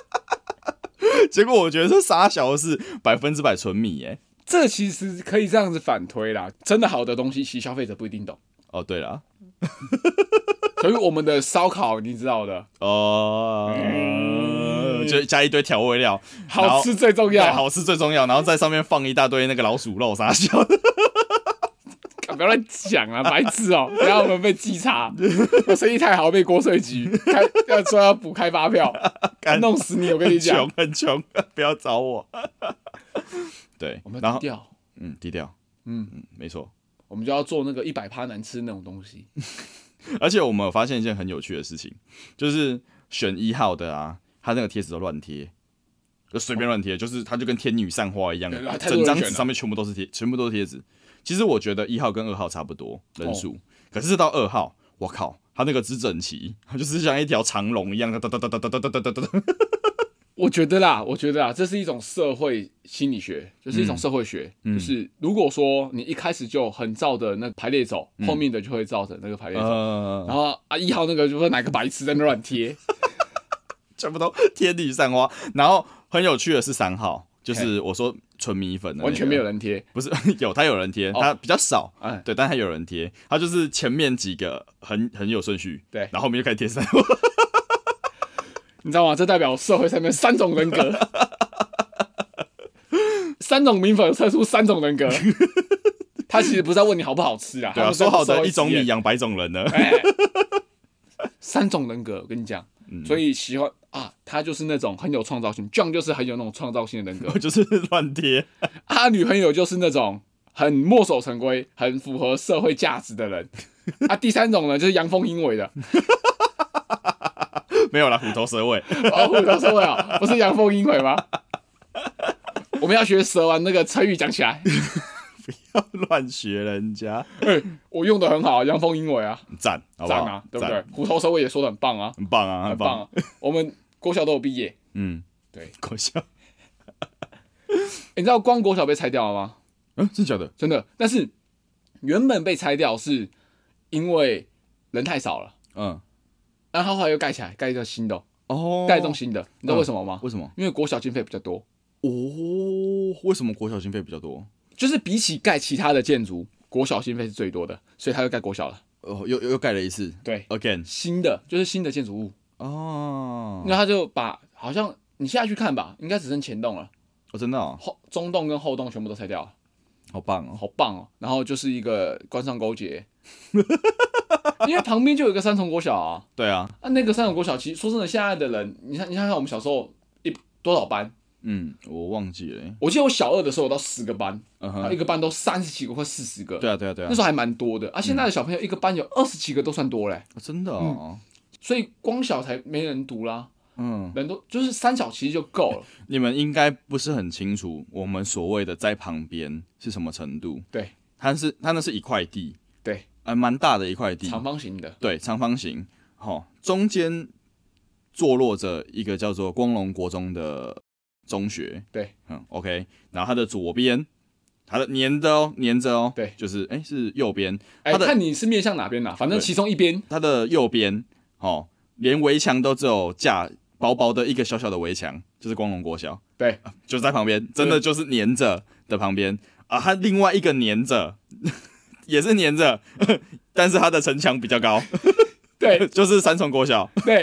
Speaker 1: 结果我觉得这傻小的是百分之百纯米耶、
Speaker 2: 这其实可以这样子反推啦。真的好的东西，其实消费者不一定懂。
Speaker 1: 哦，对了，
Speaker 2: 所以我们的烧烤，你知道 的，
Speaker 1: 哦、就加一堆调味料，
Speaker 2: 好吃最重
Speaker 1: 对，
Speaker 2: 要。
Speaker 1: 嗯好吃最重要，然后在上面放一大堆那个老鼠肉傻小 的。
Speaker 2: 不要乱讲啊，白痴哦、不要我们被稽查，我生意太好被国 税局开要说要补开发票，
Speaker 1: 干
Speaker 2: 弄死你！我跟你
Speaker 1: 很
Speaker 2: 讲
Speaker 1: 穷，， 很穷，不要找我。 对
Speaker 2: 我，们
Speaker 1: 然
Speaker 2: 低
Speaker 1: 后
Speaker 2: 调，
Speaker 1: 嗯，低调，
Speaker 2: 嗯
Speaker 1: 嗯，没错。
Speaker 2: 我们就要做那个一百趴难吃那种东西。
Speaker 1: 而且我们有发现一件很有趣的事情，就是选一号的啊，他那个贴纸都乱贴，就随便乱贴，就是他就跟天女散花一样
Speaker 2: 对，太多
Speaker 1: 整
Speaker 2: 人
Speaker 1: 张
Speaker 2: 选
Speaker 1: 纸
Speaker 2: 了
Speaker 1: 上面全部都是贴，全部都是贴纸。其实我觉得一号跟二号差不多人数，可是到二号，我靠，他那个之整齐，他就是像一条长龙一样，哒哒哒哒哒哒哒哒哒哒。
Speaker 2: 我觉得啦，我觉得啦，这是一种社会心理学，就是
Speaker 1: 嗯
Speaker 2: 一种社会学，就是如果说你一开始就很照着那个排列走，后面的就会照着那个排列走。
Speaker 1: 嗯呃，
Speaker 2: 然后啊，一号那个就说哪个白痴在那乱贴，
Speaker 1: 全部都天女散花。然后很有趣的是三号，就是我说纯米粉的那个
Speaker 2: 完全没有人贴。
Speaker 1: 不是 有，他有人贴，
Speaker 2: 哦
Speaker 1: 他比较少，
Speaker 2: 哎
Speaker 1: 对，但他有人贴，他就是前面几个很很有顺序，
Speaker 2: 对
Speaker 1: 然后后面就开始贴三，
Speaker 2: 你知道吗？这代表社会上面三种人格， 三种米粉测出三种人格。他其实不是在问你好不好吃啊，
Speaker 1: 对啊，
Speaker 2: 他
Speaker 1: 说好的一种米
Speaker 2: 啊，
Speaker 1: 养百种人呢，，
Speaker 2: 哎三种人格，我跟你讲，所以喜欢啊，他就是那种很有创造性，John 就是很有那种创造性的人 格
Speaker 1: 就是乱贴，
Speaker 2: 啊他女朋友就是那种很墨守成规、很符合社会价值的人。啊，第三种呢，就是阳奉阴违的，
Speaker 1: 没有啦，虎头蛇尾，
Speaker 2: 哦，虎头蛇尾哦，不是阳奉阴违吗？ 我们要学蛇丸那个成语讲起来。
Speaker 1: 不要乱学人家，
Speaker 2: 哎，我用的很好，阳奉阴违啊，
Speaker 1: 赞，好不
Speaker 2: 赞
Speaker 1: 好？
Speaker 2: 啊，对不对
Speaker 1: 赞？？
Speaker 2: 虎头蛇尾也说的很棒啊，
Speaker 1: 很棒啊，
Speaker 2: 很棒
Speaker 1: 棒，
Speaker 2: 啊。我们国小都有毕业，
Speaker 1: 嗯，
Speaker 2: 对，
Speaker 1: 搞 笑，
Speaker 2: 诶你知道光国小被拆掉了吗？
Speaker 1: 嗯，真假的？
Speaker 2: 真的，但是原本被拆掉是因为人太少了，
Speaker 1: 嗯，
Speaker 2: 然后后来又盖起来，盖一个新的，
Speaker 1: 哦，
Speaker 2: 盖一栋新的，你知道为什么吗？
Speaker 1: 为什么？
Speaker 2: 因为国小经费比较多，
Speaker 1: 哦，为什么国小经费比较多？
Speaker 2: 就是比起盖其他的建筑，国小经费是最多的，所以他又盖国小了。
Speaker 1: 哦，又又又盖了一次
Speaker 2: 对，
Speaker 1: ，again，
Speaker 2: 新的就是新的建筑物，
Speaker 1: 哦
Speaker 2: 那，他就把好像你现在去看吧，应该只剩前栋了。
Speaker 1: 哦，真的哦，
Speaker 2: 后中洞跟后洞全部都拆掉了，
Speaker 1: 好棒哦，
Speaker 2: 好棒哦！然后就是一个官上勾结， 因为旁边就有一个三重国小啊，
Speaker 1: 对啊，
Speaker 2: 啊，那个三重国小其实说真的，现在的人，你看你想想看我们小时候一多少班？
Speaker 1: 嗯，我忘记了欸。
Speaker 2: 我记得我小二的时候有到十个班，
Speaker 1: 嗯
Speaker 2: 然后
Speaker 1: 哼，
Speaker 2: 一个班都三十几个或四十个，
Speaker 1: 对啊，嗯对啊，对啊
Speaker 2: 那时，候还蛮多的啊。现在的小朋友一个班有二十几个都算多嘞，
Speaker 1: 哦真的哦，
Speaker 2: 所以光小才没人读啦，
Speaker 1: 嗯，
Speaker 2: 人都就是三小其实就够 了。
Speaker 1: 你们应该不是很清楚我们所谓的在旁边是什么程度。
Speaker 2: 对，
Speaker 1: 它是它那是一块地，
Speaker 2: 对，
Speaker 1: 还蛮大的一块地，
Speaker 2: 长方形的，
Speaker 1: 对，长方形，好、中间坐落着一个叫做光荣国中的中学，
Speaker 2: 对，
Speaker 1: 嗯，OK，然后它的左边，它的粘着哦，粘着哦，
Speaker 2: 对
Speaker 1: 就是哎是右边，
Speaker 2: 哎，
Speaker 1: 它的
Speaker 2: 看你是面向哪边啦，反正
Speaker 1: 对
Speaker 2: 其中一边
Speaker 1: 它的右边，哦，连围墙都只有架薄薄的一个小小的围墙，就是光荣国小，啊
Speaker 2: 对，
Speaker 1: 就在旁边，真的就是粘着的旁边啊。它另外一个粘着， 也是粘着， 但是它的城墙比较高，
Speaker 2: 对，
Speaker 1: 就是三重国小，
Speaker 2: 对，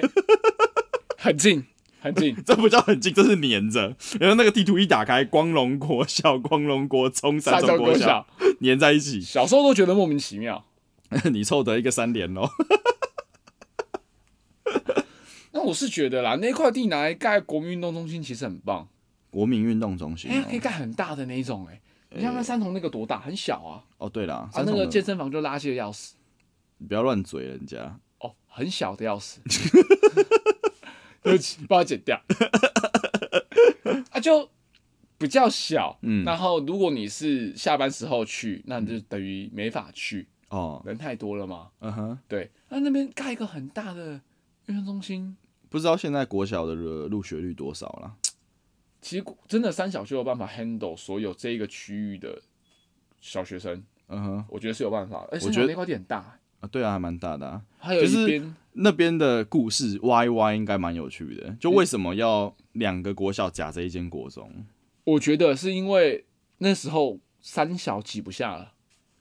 Speaker 2: 很近很近，
Speaker 1: 这不叫很近，这是粘着。然后那个地图一打开，光荣国小、光荣国中、 三重国小
Speaker 2: 小，
Speaker 1: 粘在一起，
Speaker 2: 小时候都觉得莫名其妙。
Speaker 1: 你凑得一个三连哦咯。
Speaker 2: 那我是觉得啦，那块地拿来盖国民运动中心其实很棒，
Speaker 1: 国民运动中心
Speaker 2: 哎、可以
Speaker 1: 哦，
Speaker 2: 盖很大的那一种、哎，你像那三重那个多大，很小啊，
Speaker 1: 哦对啦，
Speaker 2: 啊
Speaker 1: 三
Speaker 2: 那
Speaker 1: 重
Speaker 2: 个
Speaker 1: 的
Speaker 2: 健身房就垃圾的要死，
Speaker 1: 不要乱嘴人家。
Speaker 2: 哦，很小的要 死，对不起，帮我剪掉，啊就。比较小，
Speaker 1: 嗯
Speaker 2: 然后如果你是下班时候去，那你就等于没法去，
Speaker 1: 哦，
Speaker 2: 人太多了嘛。
Speaker 1: 嗯哼，
Speaker 2: 对，那那边盖一个很大的运动中心，
Speaker 1: 不知道现在国小的入入学率多少啦？
Speaker 2: 其实真的三小就有办法 handle 所有这一个区域的小学生，
Speaker 1: 嗯哼，
Speaker 2: 我觉得是有办法的。而且
Speaker 1: 我觉得
Speaker 2: 那块地很大，
Speaker 1: 啊，对啊，还蛮大的、啊。
Speaker 2: 还有
Speaker 1: 就
Speaker 2: 一
Speaker 1: 是
Speaker 2: 边
Speaker 1: 那边的故事 Y Y 应该蛮有趣的，就为什么要两个国小夹着一间国中？
Speaker 2: 我觉得是因为那时候三小挤不下了，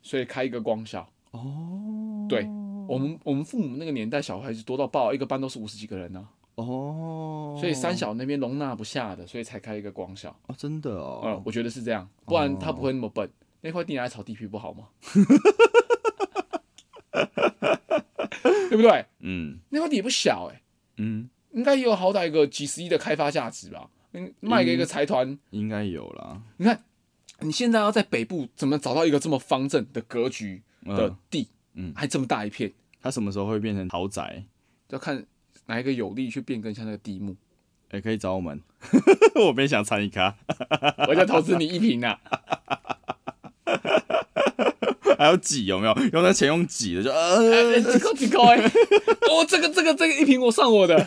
Speaker 2: 所以开一个光小。
Speaker 1: 哦，
Speaker 2: 对，我们我们父母那个年代小孩子多到爆，一个班都是五十几个人呢、
Speaker 1: 哦，
Speaker 2: 所以三小那边容纳不下的，所以才开一个光小。
Speaker 1: 哦，真的
Speaker 2: 嗯
Speaker 1: 哦，，
Speaker 2: 我觉得是这样，不然他不会那么笨。那块地拿来炒地皮不好吗？ 对不对？
Speaker 1: 嗯
Speaker 2: 那块地也不小哎、
Speaker 1: 嗯，
Speaker 2: 应该也有好歹一个几十亿的开发价值吧。嗯，卖给一个财团，
Speaker 1: 应该有啦。
Speaker 2: 你看，你现在要在北部怎么找到一个这么方正的格局的
Speaker 1: 嗯
Speaker 2: 地，
Speaker 1: 嗯
Speaker 2: 还这么大一片，
Speaker 1: 它什么时候会变成豪宅？
Speaker 2: 要看哪一个有力去变更一下那个地目。
Speaker 1: 哎、可以找我们， 我没想参与咖，
Speaker 2: 我就投资你一瓶啊！
Speaker 1: 还有挤有没有？用那钱用挤的就呃，
Speaker 2: 几口几口哎，哦，这个这个这个一瓶我上我的，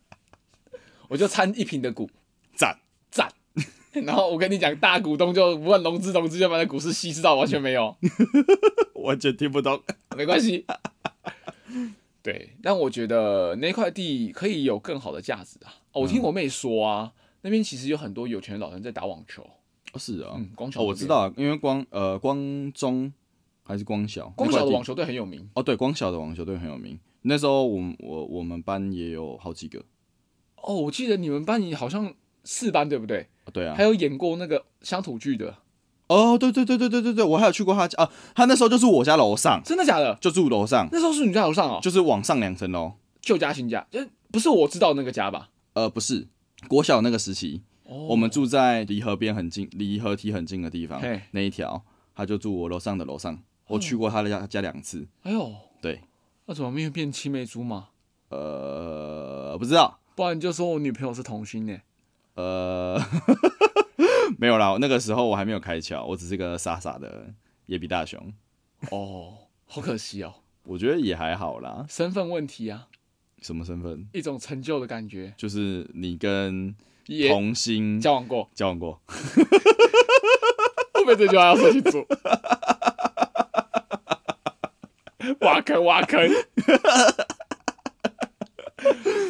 Speaker 2: 我就参一瓶的股，
Speaker 1: 赞、
Speaker 2: 赞。然后我跟你讲，大股东就无论融资融资，就把那股市稀释到完全没有，
Speaker 1: 完全听不懂。
Speaker 2: 没关系。对，但我觉得那块地可以有更好的价值啊！哦我
Speaker 1: 嗯
Speaker 2: 听我妹说啊，那边其实有很多有钱的老人在打网球，
Speaker 1: 哦是啊、
Speaker 2: 嗯，光
Speaker 1: 哦，
Speaker 2: 桥
Speaker 1: 我知，道，因为光呃光中还是光小，
Speaker 2: 光桥
Speaker 1: 那
Speaker 2: 的
Speaker 1: 块地
Speaker 2: 网球队很有名
Speaker 1: 哦，对，光小的网球队很有名。那时候我们我我们班也有好几个，
Speaker 2: 哦。我记得你们班你好像四班对不对？
Speaker 1: 哦对啊
Speaker 2: 还，有演过那个乡土剧的，
Speaker 1: 哦，对对对对对对对，我还有去过他家啊，他那时候就住我家楼上，
Speaker 2: 真的假的？
Speaker 1: 就住楼上，
Speaker 2: 那时候是你在楼上哦，
Speaker 1: 就是往上两层楼。
Speaker 2: 旧家新家，呃，不是我知道那个家吧？
Speaker 1: 呃，不是，国小那个时期，
Speaker 2: 哦
Speaker 1: 我们住在离河边很近，离河堤很近的地方
Speaker 2: 嘿，哦
Speaker 1: 那一条，他就住我楼上的楼上，我去过他的家家两次。
Speaker 2: 哎呦，
Speaker 1: 对，
Speaker 2: 那怎么没有变青梅竹马？
Speaker 1: 呃，不知道，
Speaker 2: 不然你就说我女朋友是童星呢、
Speaker 1: 呃， 没有啦，那个时候我还没有开窍，我只是个傻傻的野比大雄，
Speaker 2: 哦，好可惜哦，
Speaker 1: 我觉得也还好啦。
Speaker 2: 身份问题啊，
Speaker 1: 什么身份？
Speaker 2: 一种成就的感觉。
Speaker 1: 就是你跟
Speaker 2: 也
Speaker 1: 童星
Speaker 2: 交往过，
Speaker 1: 交往过。
Speaker 2: 后面这句话要说清楚。 挖坑挖坑，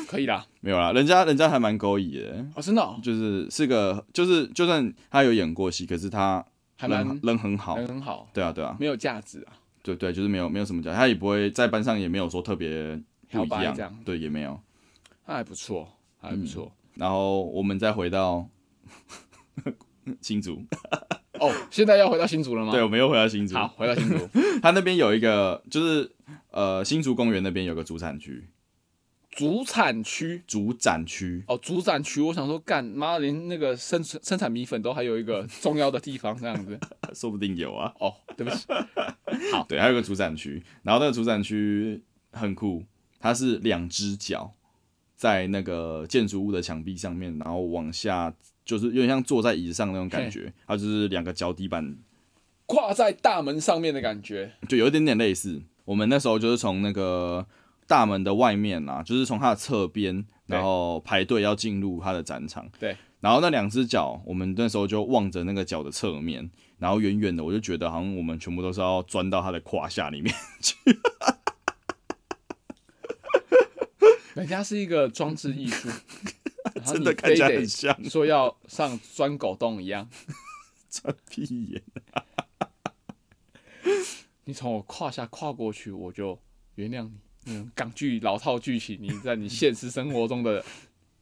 Speaker 2: 可以啦，
Speaker 1: 没有啦，人家人家还蛮勾引的，
Speaker 2: 哦，真的、哦，
Speaker 1: 就是是个就是就算他有演过戏，可是他
Speaker 2: 还蛮嗯
Speaker 1: 人人很好，
Speaker 2: 人很好，
Speaker 1: 对啊对啊，
Speaker 2: 没有价值啊，
Speaker 1: 对对，就是没有没有什么讲，他也不会在班上也没有说特别不
Speaker 2: 摇
Speaker 1: 一
Speaker 2: 摆
Speaker 1: 样，
Speaker 2: 这样
Speaker 1: 对也没有。
Speaker 2: 那还不错，还不错。
Speaker 1: 然后我们再回到 新竹，
Speaker 2: 哦，现在要回到新竹了吗？
Speaker 1: 对，我们又回到新竹，
Speaker 2: 好，回到新竹。
Speaker 1: 他那边有一个就是呃新竹公园那边有个主产区，
Speaker 2: 主产区
Speaker 1: 主展区，
Speaker 2: 哦，主产区，我想说，干妈连那个生生产米粉都还有一 个重要的地方这样子。
Speaker 1: 说不定有啊。
Speaker 2: 哦，对不起，
Speaker 1: 对，还有个主展区，然后那个主展区很酷，它是两只脚在那个建筑物的墙壁上面，然后往下，就是有点像坐在椅子上那种感觉，它就是两个脚底板，
Speaker 2: 跨在大门上面的感觉。
Speaker 1: 就有一点点类似。我们那时候就是从那个大门的外面啊，就是从它的侧边，
Speaker 2: 对
Speaker 1: 然后排队要进入它的展场。
Speaker 2: 对，
Speaker 1: 然后那两只脚，我们那时候就望着那个脚的侧面，然后远远的我就觉得好像我们全部都是要钻到它的胯下里面。
Speaker 2: 啊人家是一个装置艺 术，然后
Speaker 1: 真
Speaker 2: 你
Speaker 1: 的看起来
Speaker 2: 非得
Speaker 1: 很像
Speaker 2: 说要像钻狗洞一样。
Speaker 1: 穿屁眼，
Speaker 2: 你从我胯下跨过去，我就原谅你。嗯，港剧老套剧情，你在你现实生活中的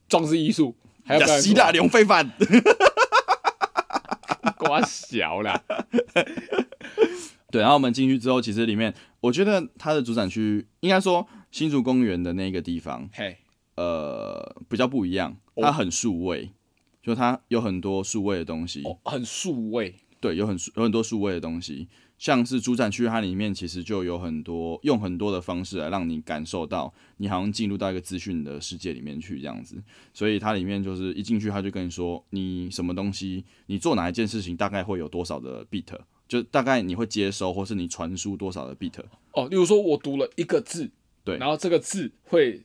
Speaker 2: 装置艺术 还要表
Speaker 1: 亚
Speaker 2: 演出
Speaker 1: 西
Speaker 2: 来
Speaker 1: 大梁非凡。
Speaker 2: 瓜小啦。
Speaker 1: 对，然后我们进去之后，其实里面我觉得它的主展区应该说新竹公园的那个地方，
Speaker 2: 嘿，
Speaker 1: 呃，比较不一样，
Speaker 2: 哦
Speaker 1: 它很数位，就它有很多数位的东西。
Speaker 2: 哦，很数位，
Speaker 1: 对，有很数有很多数位的东西，像是主展区它里面其实就有很多用很多的方式来让你感受到你好像进入到一个资讯的世界里面去这样子，所以它里面就是一进去它就跟你说你什么东西，你做哪一件事情大概会有多少的 bit，就大概你会接收或是你传输多少的 bit，
Speaker 2: 哦，例如说我读了一个字，
Speaker 1: 对
Speaker 2: 然后这个字会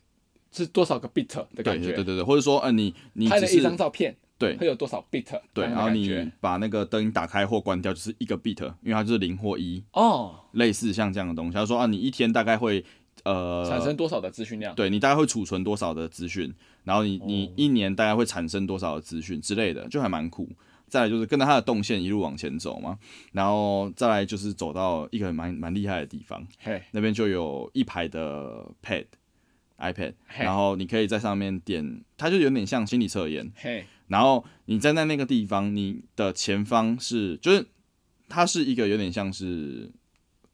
Speaker 2: 是多少个 bit 的
Speaker 1: 对
Speaker 2: 感
Speaker 1: 对
Speaker 2: 觉，
Speaker 1: 对对，或者说呃你你
Speaker 2: 拍
Speaker 1: 只
Speaker 2: 了一
Speaker 1: 是
Speaker 2: 张照片
Speaker 1: 对
Speaker 2: 会有多少 bit，
Speaker 1: 对，
Speaker 2: 那样
Speaker 1: 然
Speaker 2: 的
Speaker 1: 后
Speaker 2: 感
Speaker 1: 你
Speaker 2: 觉
Speaker 1: 把那个灯打开或关掉就是一个 bit，因为它就是零或一，
Speaker 2: 哦，
Speaker 1: 类似像这样的东西，他说啊你一天大概会呃
Speaker 2: 产生多少的资讯量？
Speaker 1: 对你大概会储存多少的资讯，然后你
Speaker 2: 哦
Speaker 1: 你一年大概会产生多少的资讯之类的，就还蛮酷。再来就是跟着它的动线一路往前走嘛，然后再来就是走到一个蛮蛮厉害的地方，
Speaker 2: 嘿，
Speaker 1: 那边就有一排的 pad iPad，
Speaker 2: 嘿
Speaker 1: 然后你可以在上面点，它就有点像心理测验，
Speaker 2: 嘿，
Speaker 1: 然后你站在那个地方，你的前方是就是它是一个有点像是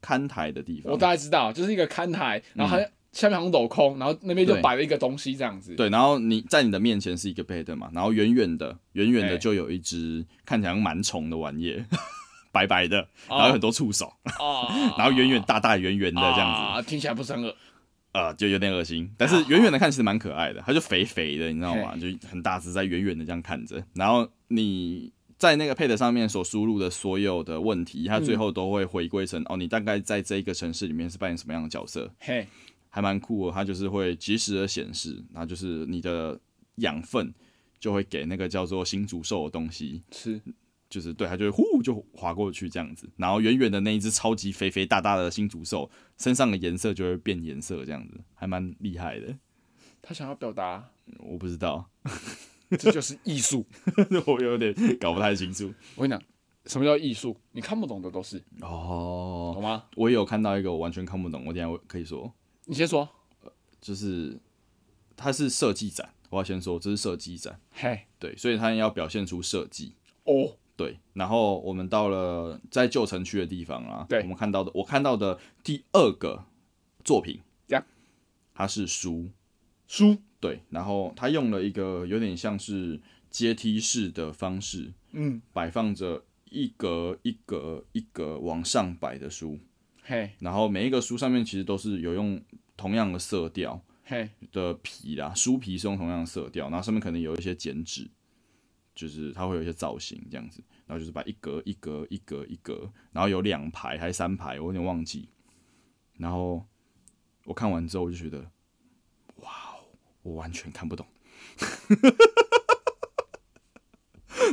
Speaker 1: 看台的地方
Speaker 2: 我，大概知道，就是一个看台，然后它下面好像镂空，然后那边就
Speaker 1: 对
Speaker 2: 摆了一个东西这样子。
Speaker 1: 对，然后你在你的面前是一个 pad 嘛，然后远远的、远远的
Speaker 2: 哎
Speaker 1: 就有一只看起来像蛮虫的玩意， 白白的，然
Speaker 2: 哦
Speaker 1: 后有很多触手，
Speaker 2: 啊，
Speaker 1: 然后远远大大圆圆的这样子，
Speaker 2: 啊，听起来不是很恶
Speaker 1: 呃，就有点恶心。但是远远的看其实蛮可爱的，它就肥肥的，你知道吗？
Speaker 2: 嘿
Speaker 1: 就很大只，在远远的这样看着。然后你在那个 pad 上面所输入的所有的问题，它最后都会回归成、哦，你大概在这一个城市里面是扮演什么样的角色，
Speaker 2: 嘿，
Speaker 1: 还蛮酷哦，它就是会及时的显示，然后就是你的养分就会给那个叫做新竹兽的东西，
Speaker 2: 吃
Speaker 1: 就是对它就会呼就划过去这样子，然后远远的那一只超级肥肥大大的新竹兽身上的颜色就会变颜色，这样子还蛮厉害的。
Speaker 2: 他想要表达，
Speaker 1: 我不知道，
Speaker 2: 这就是艺术。
Speaker 1: 我有点搞不太清楚。
Speaker 2: 我跟你讲，什么叫艺术？你看不懂的都是，
Speaker 1: 哦，
Speaker 2: 懂吗？
Speaker 1: 我也有看到一个我完全看不懂，我等一下会可以说，
Speaker 2: 你先说。
Speaker 1: 就是它是设计展，我要先说这是设计展，
Speaker 2: 嘿，
Speaker 1: 对，所以它要表现出设计。
Speaker 2: 哦，
Speaker 1: 对，然后我们到了在旧城区的地方啊，
Speaker 2: 对
Speaker 1: 我们看到的，我看到的第二个作品
Speaker 2: Yep
Speaker 1: 它是书，
Speaker 2: 书，
Speaker 1: 对，然后它用了一个有点像是阶梯式的方式，
Speaker 2: 嗯，
Speaker 1: 摆放着一格一格一格往上摆的书，
Speaker 2: 嘿，
Speaker 1: 然后每一个书上面其实都是有用同样的色调
Speaker 2: 嘿，
Speaker 1: 的皮啦，书皮是用同样的色调，然后上面可能有一些剪纸，就是它会有一些造型这样子，然后就是把一格一格一格一格，然后有两排还是三排，我有点忘记。然后我看完之后我就觉得，哇，哦，哦我完全看不懂。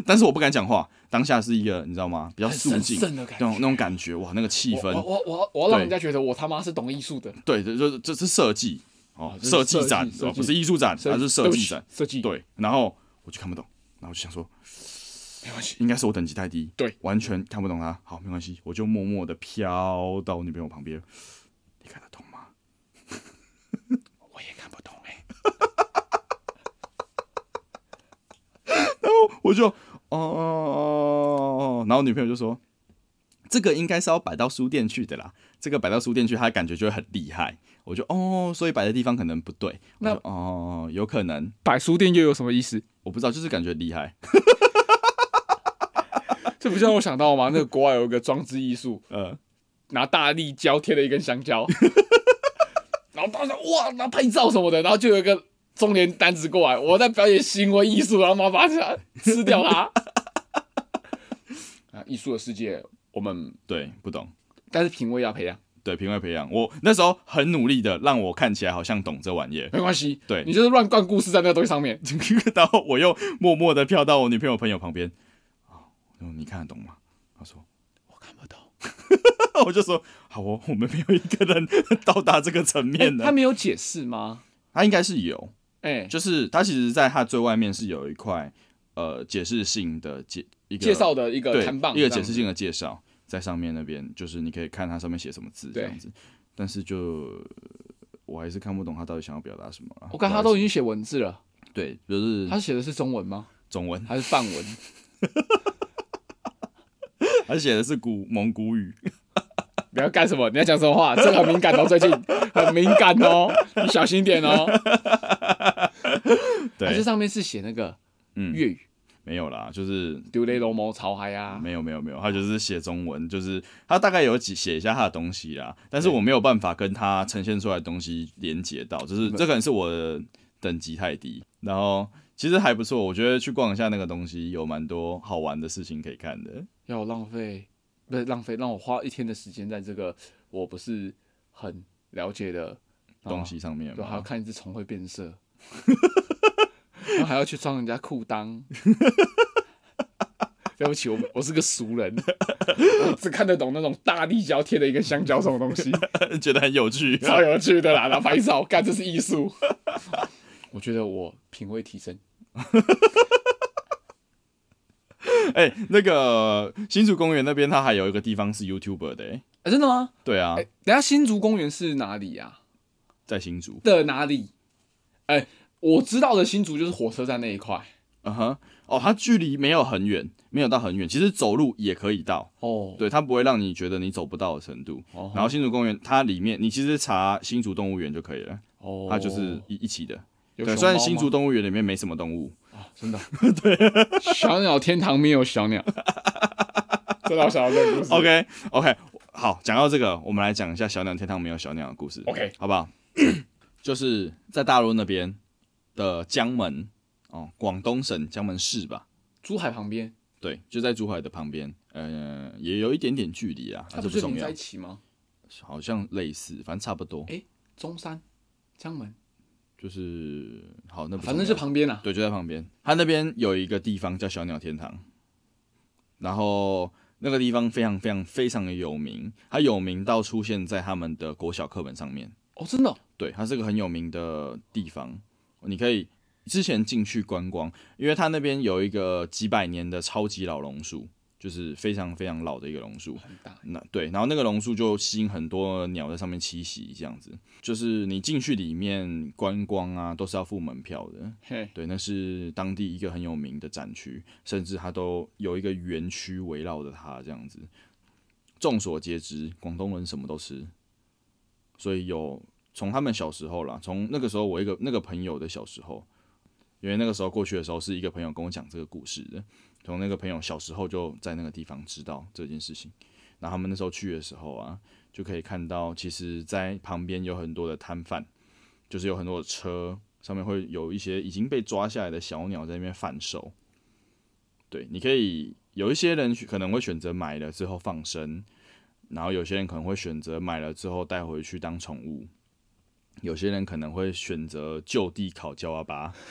Speaker 1: 但是我不敢讲话，当下是一个你知道吗？比较
Speaker 2: 很
Speaker 1: 肃
Speaker 2: 神
Speaker 1: 静，
Speaker 2: 圣的感
Speaker 1: 那
Speaker 2: 觉
Speaker 1: 种。那种感觉，哇，那个气
Speaker 2: 我
Speaker 1: 氛，
Speaker 2: 我我我我要让
Speaker 1: 对
Speaker 2: 人家觉得我他妈是懂艺术的，
Speaker 1: 对，这这这是设计哦，
Speaker 2: 这是
Speaker 1: 设计
Speaker 2: 设计
Speaker 1: 展
Speaker 2: 设
Speaker 1: 哦，
Speaker 2: 计
Speaker 1: 不是艺术展，它是设
Speaker 2: 对不
Speaker 1: 计
Speaker 2: 起
Speaker 1: 展。
Speaker 2: 设计，
Speaker 1: 对，然后我就看不懂，然后我就想说，
Speaker 2: 没关系。
Speaker 1: 应该是我等级太低，
Speaker 2: 对，
Speaker 1: 完全看不懂它。好，没关系，我就默默的飘到我女朋友旁边。你看得懂吗？
Speaker 2: 我也看不懂哎、
Speaker 1: 我就哦哦哦，然后女朋友就说，这个应该是要摆到书店去的啦，这个摆到书店去，她感觉就会很厉害。我就哦，所以摆的地方可能不对。我
Speaker 2: 那
Speaker 1: 就哦，有可能，
Speaker 2: 摆书店又有什么意思？
Speaker 1: 我不知道，就是感觉厉害。
Speaker 2: 这不就让我想到吗？那个国外有一个装置艺术，
Speaker 1: 呃，
Speaker 2: 拿大力胶贴了一根 香蕉，然后大家哇，然后拍照什么的，然后就有一个中年单子过来，我在表演行为艺术，然后妈把它吃掉它。 啊，艺术的世界，我们
Speaker 1: 对，不懂。
Speaker 2: 但是品味要培养，
Speaker 1: 对品味培养，我那时候很努力的让我看起来好像懂这玩意儿，
Speaker 2: 没关系，
Speaker 1: 对
Speaker 2: 你就是乱灌故事在那个东西上面，
Speaker 1: 然后我又默默的飘到我女朋友朋友旁边，哦，你看得懂吗？她说，
Speaker 2: 我看不懂。
Speaker 1: 我就说好哦，我们没有一个人到达这个层面
Speaker 2: 哎他
Speaker 1: 的。
Speaker 2: 没有解释吗？
Speaker 1: 他应该是有，
Speaker 2: 哎、
Speaker 1: 就是他其实在他最外面是有一块呃解释性的介一个
Speaker 2: 介绍的一个
Speaker 1: 对
Speaker 2: 看棒，
Speaker 1: 一个解释性的介绍在上面那边，就是你可以看它上面写什么字这
Speaker 2: 对
Speaker 1: 样子，但是就我还是看不懂他到底想要表达什么啊。
Speaker 2: 我看他都已经写文字了，
Speaker 1: 对，就是
Speaker 2: 他写的是中文吗？
Speaker 1: 中文。
Speaker 2: 还是 梵文？
Speaker 1: 他写的是古蒙古语，
Speaker 2: 不要干什么？你要讲什么话？这个很敏感哦，最近很敏感哦，你小心一点哦。它这
Speaker 1: 对，
Speaker 2: 上面是写那个
Speaker 1: 嗯
Speaker 2: 粤语，
Speaker 1: 没有啦，就是
Speaker 2: 丢雷龙毛潮嗨啊，
Speaker 1: 没有没有没有，他就是写中文，就是他大概有几写一下他的东西啦，但是我没有办法跟他呈现出来的东西连接到，就是这可能是我的等级太低。然后其实还不错，我觉得去逛一下那个东西有蛮多好玩的事情可以看的。
Speaker 2: 要我浪费不是浪费，让我花一天的时间在这个我不是很了解的
Speaker 1: 东，西上面
Speaker 2: 然后对，还要
Speaker 1: 嘛，
Speaker 2: 看一只虫会变色，然后还要去装人家裤裆。对不起，我我是个俗人，我只看得懂那种大力胶贴的一个香蕉这种东西，
Speaker 1: 觉得很有趣。
Speaker 2: 超有趣的啦！然后拍照，干这是艺术。 我觉得我品味提升，
Speaker 1: 哎、那个新竹公园那边，它还有一个地方是 YouTuber 的、欸，
Speaker 2: 啊，真的吗？
Speaker 1: 对啊，
Speaker 2: 哎、等一下新竹公园是哪里呀、
Speaker 1: 在新竹，
Speaker 2: 的哪里？哎、我知道的新竹就是火车站那一块。
Speaker 1: 嗯哼，哦，它距离没有很远，没有到很远，其实走路也可以到，
Speaker 2: 哦，
Speaker 1: 对，它不会让你觉得你走不到的程度。
Speaker 2: 哦
Speaker 1: 然后新竹公园它里面，你其实查新竹动物园就可以了，
Speaker 2: 哦，
Speaker 1: 它就是一一起的。
Speaker 2: 有
Speaker 1: 对，
Speaker 2: 熊
Speaker 1: 虽然
Speaker 2: 猫
Speaker 1: 新
Speaker 2: 吗
Speaker 1: 竹动物园里面没什么动物，
Speaker 2: 真的，对，小鸟天堂没有小 鸟，知道小鸟这个故事
Speaker 1: OK OK，好，讲到这个，我们来讲一下小鸟天堂没有小鸟的故事。
Speaker 2: OK
Speaker 1: 好不 好？就是在大陆那边的江门哦，广东省江门市吧，
Speaker 2: 珠海旁边，
Speaker 1: 对，就在珠海的旁边，呃，也有一点点距离啊，
Speaker 2: 它
Speaker 1: 这
Speaker 2: 不是
Speaker 1: 重
Speaker 2: 连
Speaker 1: 要
Speaker 2: 在一，起吗？
Speaker 1: 好像类似，反正差不多，
Speaker 2: 诶中山、江门，
Speaker 1: 就是好，那不
Speaker 2: 反正
Speaker 1: 重
Speaker 2: 是
Speaker 1: 要
Speaker 2: 旁边啊。
Speaker 1: 对，就在旁边。它那边有一个地方叫小鸟天堂，然后那个地方非常非常非常的有名，它有名到出现在他们的国小课本上面。
Speaker 2: 哦，真的哦，
Speaker 1: 对，它是个很有名的地方，你可以之前进去观光，因为它那边有一个几百年的超级老榕树，就是非常非常老的一个榕树。
Speaker 2: 很大。
Speaker 1: 那对，然后那个榕树就吸引很多鸟在上面栖息，这样子。就是你进去里面观光啊，都是要付门票的。
Speaker 2: 嘿，
Speaker 1: 对，那是当地一个很有名的展区，甚至它都有一个园区围绕着它这样子。众所皆知，广东人什么都吃，所以有从他们小时候啦，从那个时候我一个那个朋友的小时候，因为那个时候过去的时候是一个朋友跟我讲这个故事的，从那个朋友小时候就在那个地方知道这件事情。然后他们那时候去的时候啊，就可以看到，其实，在旁边有很多的摊贩，就是有很多的车上面会有一些已经被抓下来的小鸟在那边贩售。对，你可以有一些人可能会选择买了之后放生，然后有些人可能会选择买了之后带回去当宠物，有些人可能会选择就地烤焦阿巴。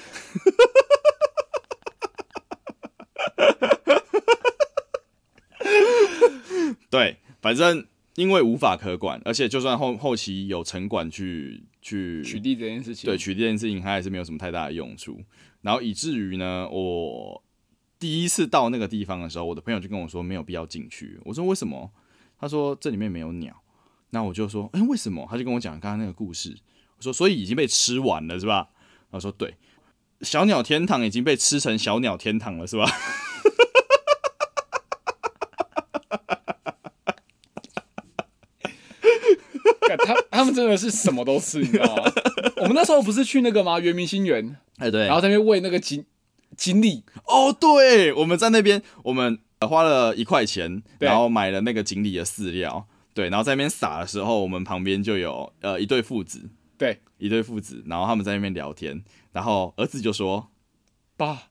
Speaker 1: 对，反正因为无法可管，而且就算后后期有城管去去
Speaker 2: 取缔这件事情，
Speaker 1: 对，取缔这件事情，它还是没有什么太大的用处。然后以至于呢，我第一次到那个地方的时候，我的朋友就跟我说没有必要进去。我说为什么？他说这里面没有鸟。那我就说，哎、为什么？他就跟我讲刚刚那个故事。我说，所以已经被吃完了是吧？他说对，小鸟天堂已经被吃成小鸟天堂了是吧？
Speaker 2: 干 他他们真的是什么都吃，你知 道吗？我们那时候不是去那个吗？圆明新园，
Speaker 1: 哎、对
Speaker 2: 然后在那边喂那个锦锦鲤，
Speaker 1: 哦，对，我们在那边，我们呃花了一块钱，
Speaker 2: 对
Speaker 1: 然后买了那个锦鲤的饲料，对，然后在那边撒的时候，我们旁边就有呃一对父子，
Speaker 2: 对，
Speaker 1: 一对父子，然后他们在那边聊天，然后儿子就说，
Speaker 2: 爸，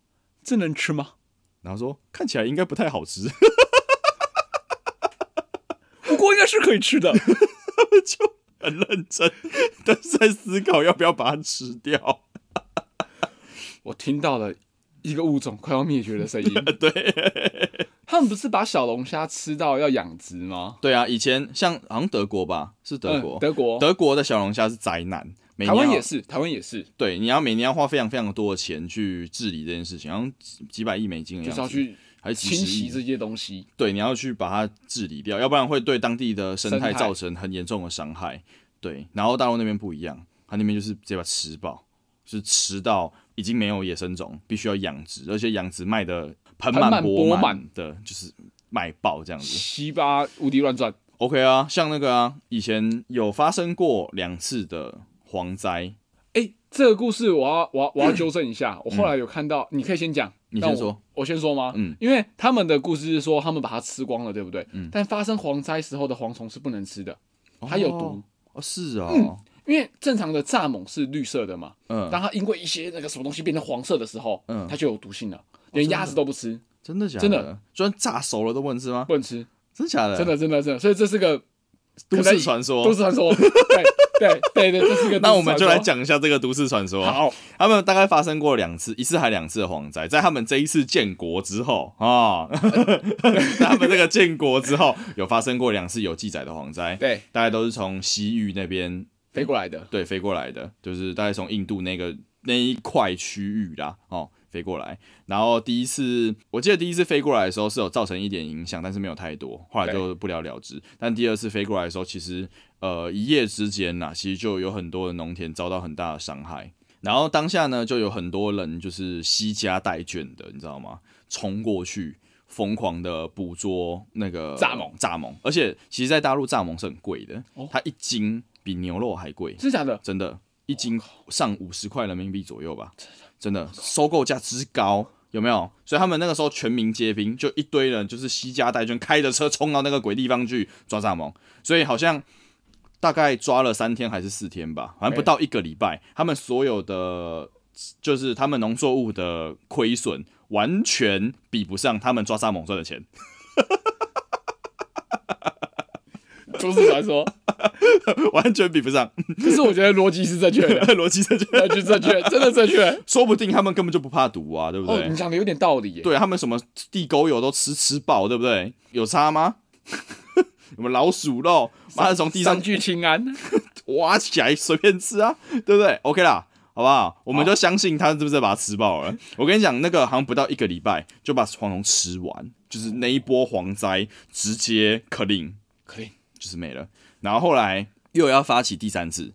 Speaker 2: 这能吃吗？
Speaker 1: 然后说看起来应该不太好吃，
Speaker 2: 不过应该是可 以吃的。
Speaker 1: 很认真 的在思考要不要把它吃掉，
Speaker 2: 我听到了一个物种快要灭绝 的声音。对，他们不是把小龙虾吃到要养殖吗？
Speaker 1: 对啊，以前像好像德国吧，是德国，
Speaker 2: 嗯德国，
Speaker 1: 德国的小龙虾是灾难，每
Speaker 2: 台湾
Speaker 1: 年要啊
Speaker 2: 也是，台湾也是，
Speaker 1: 对，你要每年要花非常非常多的钱去治理这件事情，好像几几百亿美金的样
Speaker 2: 就
Speaker 1: 子，
Speaker 2: 是要去
Speaker 1: 还是几十亿
Speaker 2: 清洗这些东西。
Speaker 1: 对，你要去把它治理掉，要不然会对当地的生态
Speaker 2: 生态
Speaker 1: 造成很严重的伤害。对，然后大陆那边不一样，它那边就是直接把它吃爆，就是吃到已经没有野生种，必须要养殖，而且养殖卖的盆
Speaker 2: 盆
Speaker 1: 满
Speaker 2: 满
Speaker 1: 钵
Speaker 2: 钵
Speaker 1: 满
Speaker 2: 满
Speaker 1: 的，就是卖爆这样子。
Speaker 2: 西巴无敌乱转，
Speaker 1: OK 啊，像那个啊，以前有发生过两次的蝗灾，
Speaker 2: 哎、这个故事我要我要我要纠正一下，我后来有看到，你可以先讲，
Speaker 1: 嗯你
Speaker 2: 那
Speaker 1: 先
Speaker 2: 我
Speaker 1: 说，
Speaker 2: 我先说吗？
Speaker 1: 嗯，
Speaker 2: 因为他们的故事是说他们把它吃光了，对不对？嗯。但发生蝗灾时候的蝗虫是不能吃的，它有毒
Speaker 1: 哦。哦，是哦，
Speaker 2: 因为正常的蚱蜢是绿色的嘛，
Speaker 1: 嗯，
Speaker 2: 当它因为一些那个什么东西变成黄色的时候，
Speaker 1: 嗯
Speaker 2: 它就有毒性了，连
Speaker 1: 真的
Speaker 2: 鸭子都不吃，
Speaker 1: 真的假
Speaker 2: 真
Speaker 1: 的
Speaker 2: 的？
Speaker 1: 居然炸熟了都不能吃吗？
Speaker 2: 不能吃，
Speaker 1: 真假的？
Speaker 2: 真的真的真的，所以这是个
Speaker 1: 都
Speaker 2: 可能
Speaker 1: 市传
Speaker 2: 都
Speaker 1: 说
Speaker 2: 市。传说，对对对对，这是 个。
Speaker 1: 那我们就来。讲一下这个都市传说。
Speaker 2: 好，
Speaker 1: 他们大概发生过两次，一次还两次的蝗灾，在他们这一次建国之后啊， 在他们这个建国之后，有发生过两次有记载的蝗灾，
Speaker 2: 对，
Speaker 1: 大概都是从西域那边
Speaker 2: 飞过来的，
Speaker 1: 对飞过来的，就是大概从印度那个那一块区域啦，哦飞过来。然后第一次，我记得第一次飞过来的时候是有造成一点影响，但是没有太多，后来就不了了之。但第二次飞过来的时候，其实呃一夜之间呐、其实就有很多的农田遭到很大的伤害。然后当下呢，就有很多人就是惜家带眷的，你知道吗？冲过去疯狂的捕捉那个
Speaker 2: 蚱蜢，
Speaker 1: 蚱蜢。而且其实，在大陆蚱蜢是很贵的，
Speaker 2: 哦
Speaker 1: 它一斤比牛肉还贵。
Speaker 2: 真假的？
Speaker 1: 真的，一斤上五十块人民币左右吧，真的，收购价之高，有没有？所以他们那个时候全民皆兵，就一堆人就是惜家带眷，开着车冲到那个鬼地方去抓蚱蜢，所以好像大概抓了三天还是四天吧，反正不到一个礼拜，他们所有的就是他们农作物的亏损。完全比不上他们抓蚱蜢赚的钱，
Speaker 2: 都市传说。
Speaker 1: 完全比不上，
Speaker 2: 可是我觉得逻辑是正确的，
Speaker 1: 逻辑正确。
Speaker 2: 逻辑正确，真的正确。
Speaker 1: 说不定他们根本就不怕毒啊，对不对？
Speaker 2: 哦，你讲的有点道理耶。
Speaker 1: 对他们什么地沟油都吃吃爆，对不对？有差吗？ 什么老鼠肉，妈的从地上
Speaker 2: 三聚氰胺，
Speaker 1: 挖起来随便吃啊，对不对？OK 啦，好不好？我们
Speaker 2: 好
Speaker 1: 就相信他是不是把它吃爆了？我跟你讲，那个好像不到一个礼拜就把蝗虫吃完，就是那一波蝗灾直接 clean
Speaker 2: 可以。
Speaker 1: 就是没了。然后后来又要发起第三次，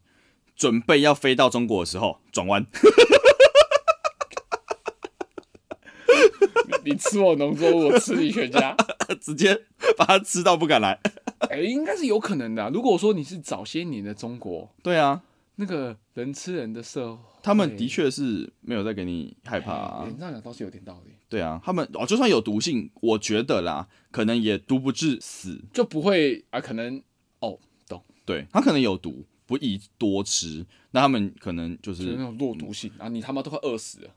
Speaker 1: 准备要飞到中国的时候转弯，
Speaker 2: 你吃我农作物，我吃你 全家。
Speaker 1: 直接把它吃到不敢来。
Speaker 2: 哎、应该是有可能的啊、如果说你是早些年的中国，
Speaker 1: 对啊，
Speaker 2: 那个人吃人的社会，
Speaker 1: 他们的确是没有在给你害怕、啊
Speaker 2: 哎，你这样讲倒是有点道理，
Speaker 1: 对啊，他们哦，就算有毒性，我觉得啦，可能也毒不致死。
Speaker 2: 就不会啊，可能哦，
Speaker 1: 对，它可能有毒，不宜多吃。那他们可能就
Speaker 2: 就是那
Speaker 1: 是嗯
Speaker 2: 种弱毒性啊，你他妈都快饿死了，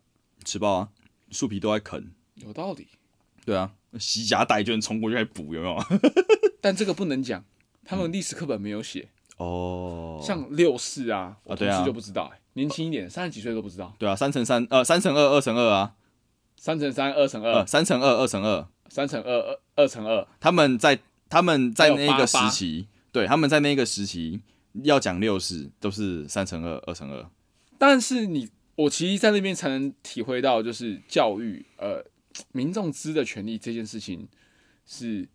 Speaker 1: 吃爆啊，树皮都在啃。
Speaker 2: 有道理。
Speaker 1: 对啊，惜家带眷冲过去来补，有没有？
Speaker 2: 但这个不能讲，他们历史课本没有写，
Speaker 1: 嗯 哦，
Speaker 2: 像六四啊，我同
Speaker 1: 对啊
Speaker 2: 事就不知道、哎年轻一点，三十几岁都不知道，
Speaker 1: 对啊，三乘三，呃，三乘二，二乘二啊，
Speaker 2: 三乘三，二乘
Speaker 1: 呃，
Speaker 2: 二，
Speaker 1: 三乘二，二乘二。
Speaker 2: 三乘二，二二乘二，
Speaker 1: 他们在他们在
Speaker 2: 还有
Speaker 1: 那个时
Speaker 2: 88
Speaker 1: 期，对，他们在那个时期要讲六式都是三乘二，二乘二。
Speaker 2: 但是你，我其实在那边才能体会到，就是教育，呃，民众知的权利这件事情是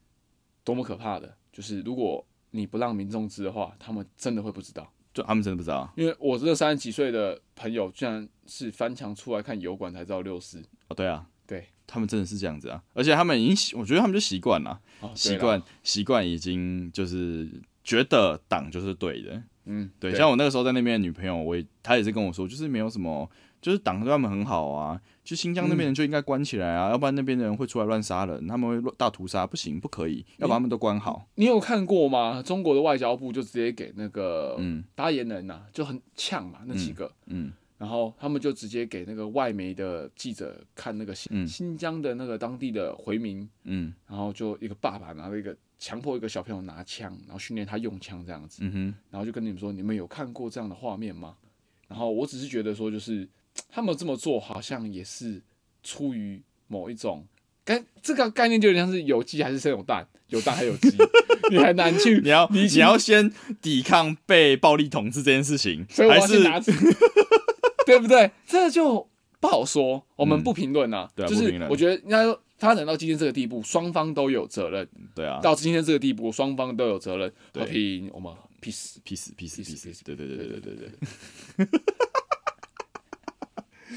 Speaker 2: 多么可怕的。就是如果你不让民众知的话，他们真的会不知道。
Speaker 1: 就他们真的不知道啊
Speaker 2: 因为我这三十几岁的朋友，居然是翻墙出来看油管才知道六四，
Speaker 1: 哦，对啊，
Speaker 2: 对，
Speaker 1: 他们真的是这样子啊，而且他们已经习，我觉得他们就习惯了，啊
Speaker 2: 哦
Speaker 1: 习，惯习惯已经就是觉得党就是对的，
Speaker 2: 对啦嗯，
Speaker 1: 对，像我那个时候在那边的女朋友，我也她也是跟我说，就是没有什么，就是党对他们很好啊，就新疆那边人就应该关起
Speaker 2: 嗯
Speaker 1: 来啊，要不然那边的人会出来乱杀人，他们会乱大屠杀，不行，不可以，
Speaker 2: 嗯
Speaker 1: 要把他们都关好。
Speaker 2: 你有看过吗？中国的外交部就直接给那个
Speaker 1: 嗯
Speaker 2: 发言人呐、就很呛嘛，那几个，
Speaker 1: 嗯，
Speaker 2: 然后他们就直接给那个外媒的记者看那个新、
Speaker 1: 嗯
Speaker 2: 新疆的那个当地的回民，
Speaker 1: 嗯
Speaker 2: 然后就一个爸爸拿了一个强迫一个小朋友拿枪，然后训练他用枪这样子，
Speaker 1: 嗯 哼，
Speaker 2: 然后就跟你们说，你们有看过这样的画面吗？然后我只是觉得说，就是他们这么做好像也是出于某一种。概这个概念就有点像是有鸡还是先有蛋，有蛋还有鸡，你很难去
Speaker 1: 你要
Speaker 2: 理
Speaker 1: 你
Speaker 2: 解
Speaker 1: 要先抵抗被暴力统治这件事情，
Speaker 2: 所以我
Speaker 1: 还
Speaker 2: 要去
Speaker 1: 是
Speaker 2: 拿纸， 对不对？这就不好说，我们
Speaker 1: 嗯
Speaker 2: 不评论啊。
Speaker 1: 对啊
Speaker 2: 就
Speaker 1: 不
Speaker 2: 是
Speaker 1: 评论
Speaker 2: 我觉得应该说发展到今天这个地步，双方都有责任。
Speaker 1: 对啊，
Speaker 2: 到今天这个地步，双方都有责任。
Speaker 1: 对
Speaker 2: 和平，我们 peace。
Speaker 1: peace peace
Speaker 2: peace-
Speaker 1: peace，
Speaker 2: peace
Speaker 1: 对对对
Speaker 2: 对
Speaker 1: 对对
Speaker 2: 对
Speaker 1: 对
Speaker 2: 对对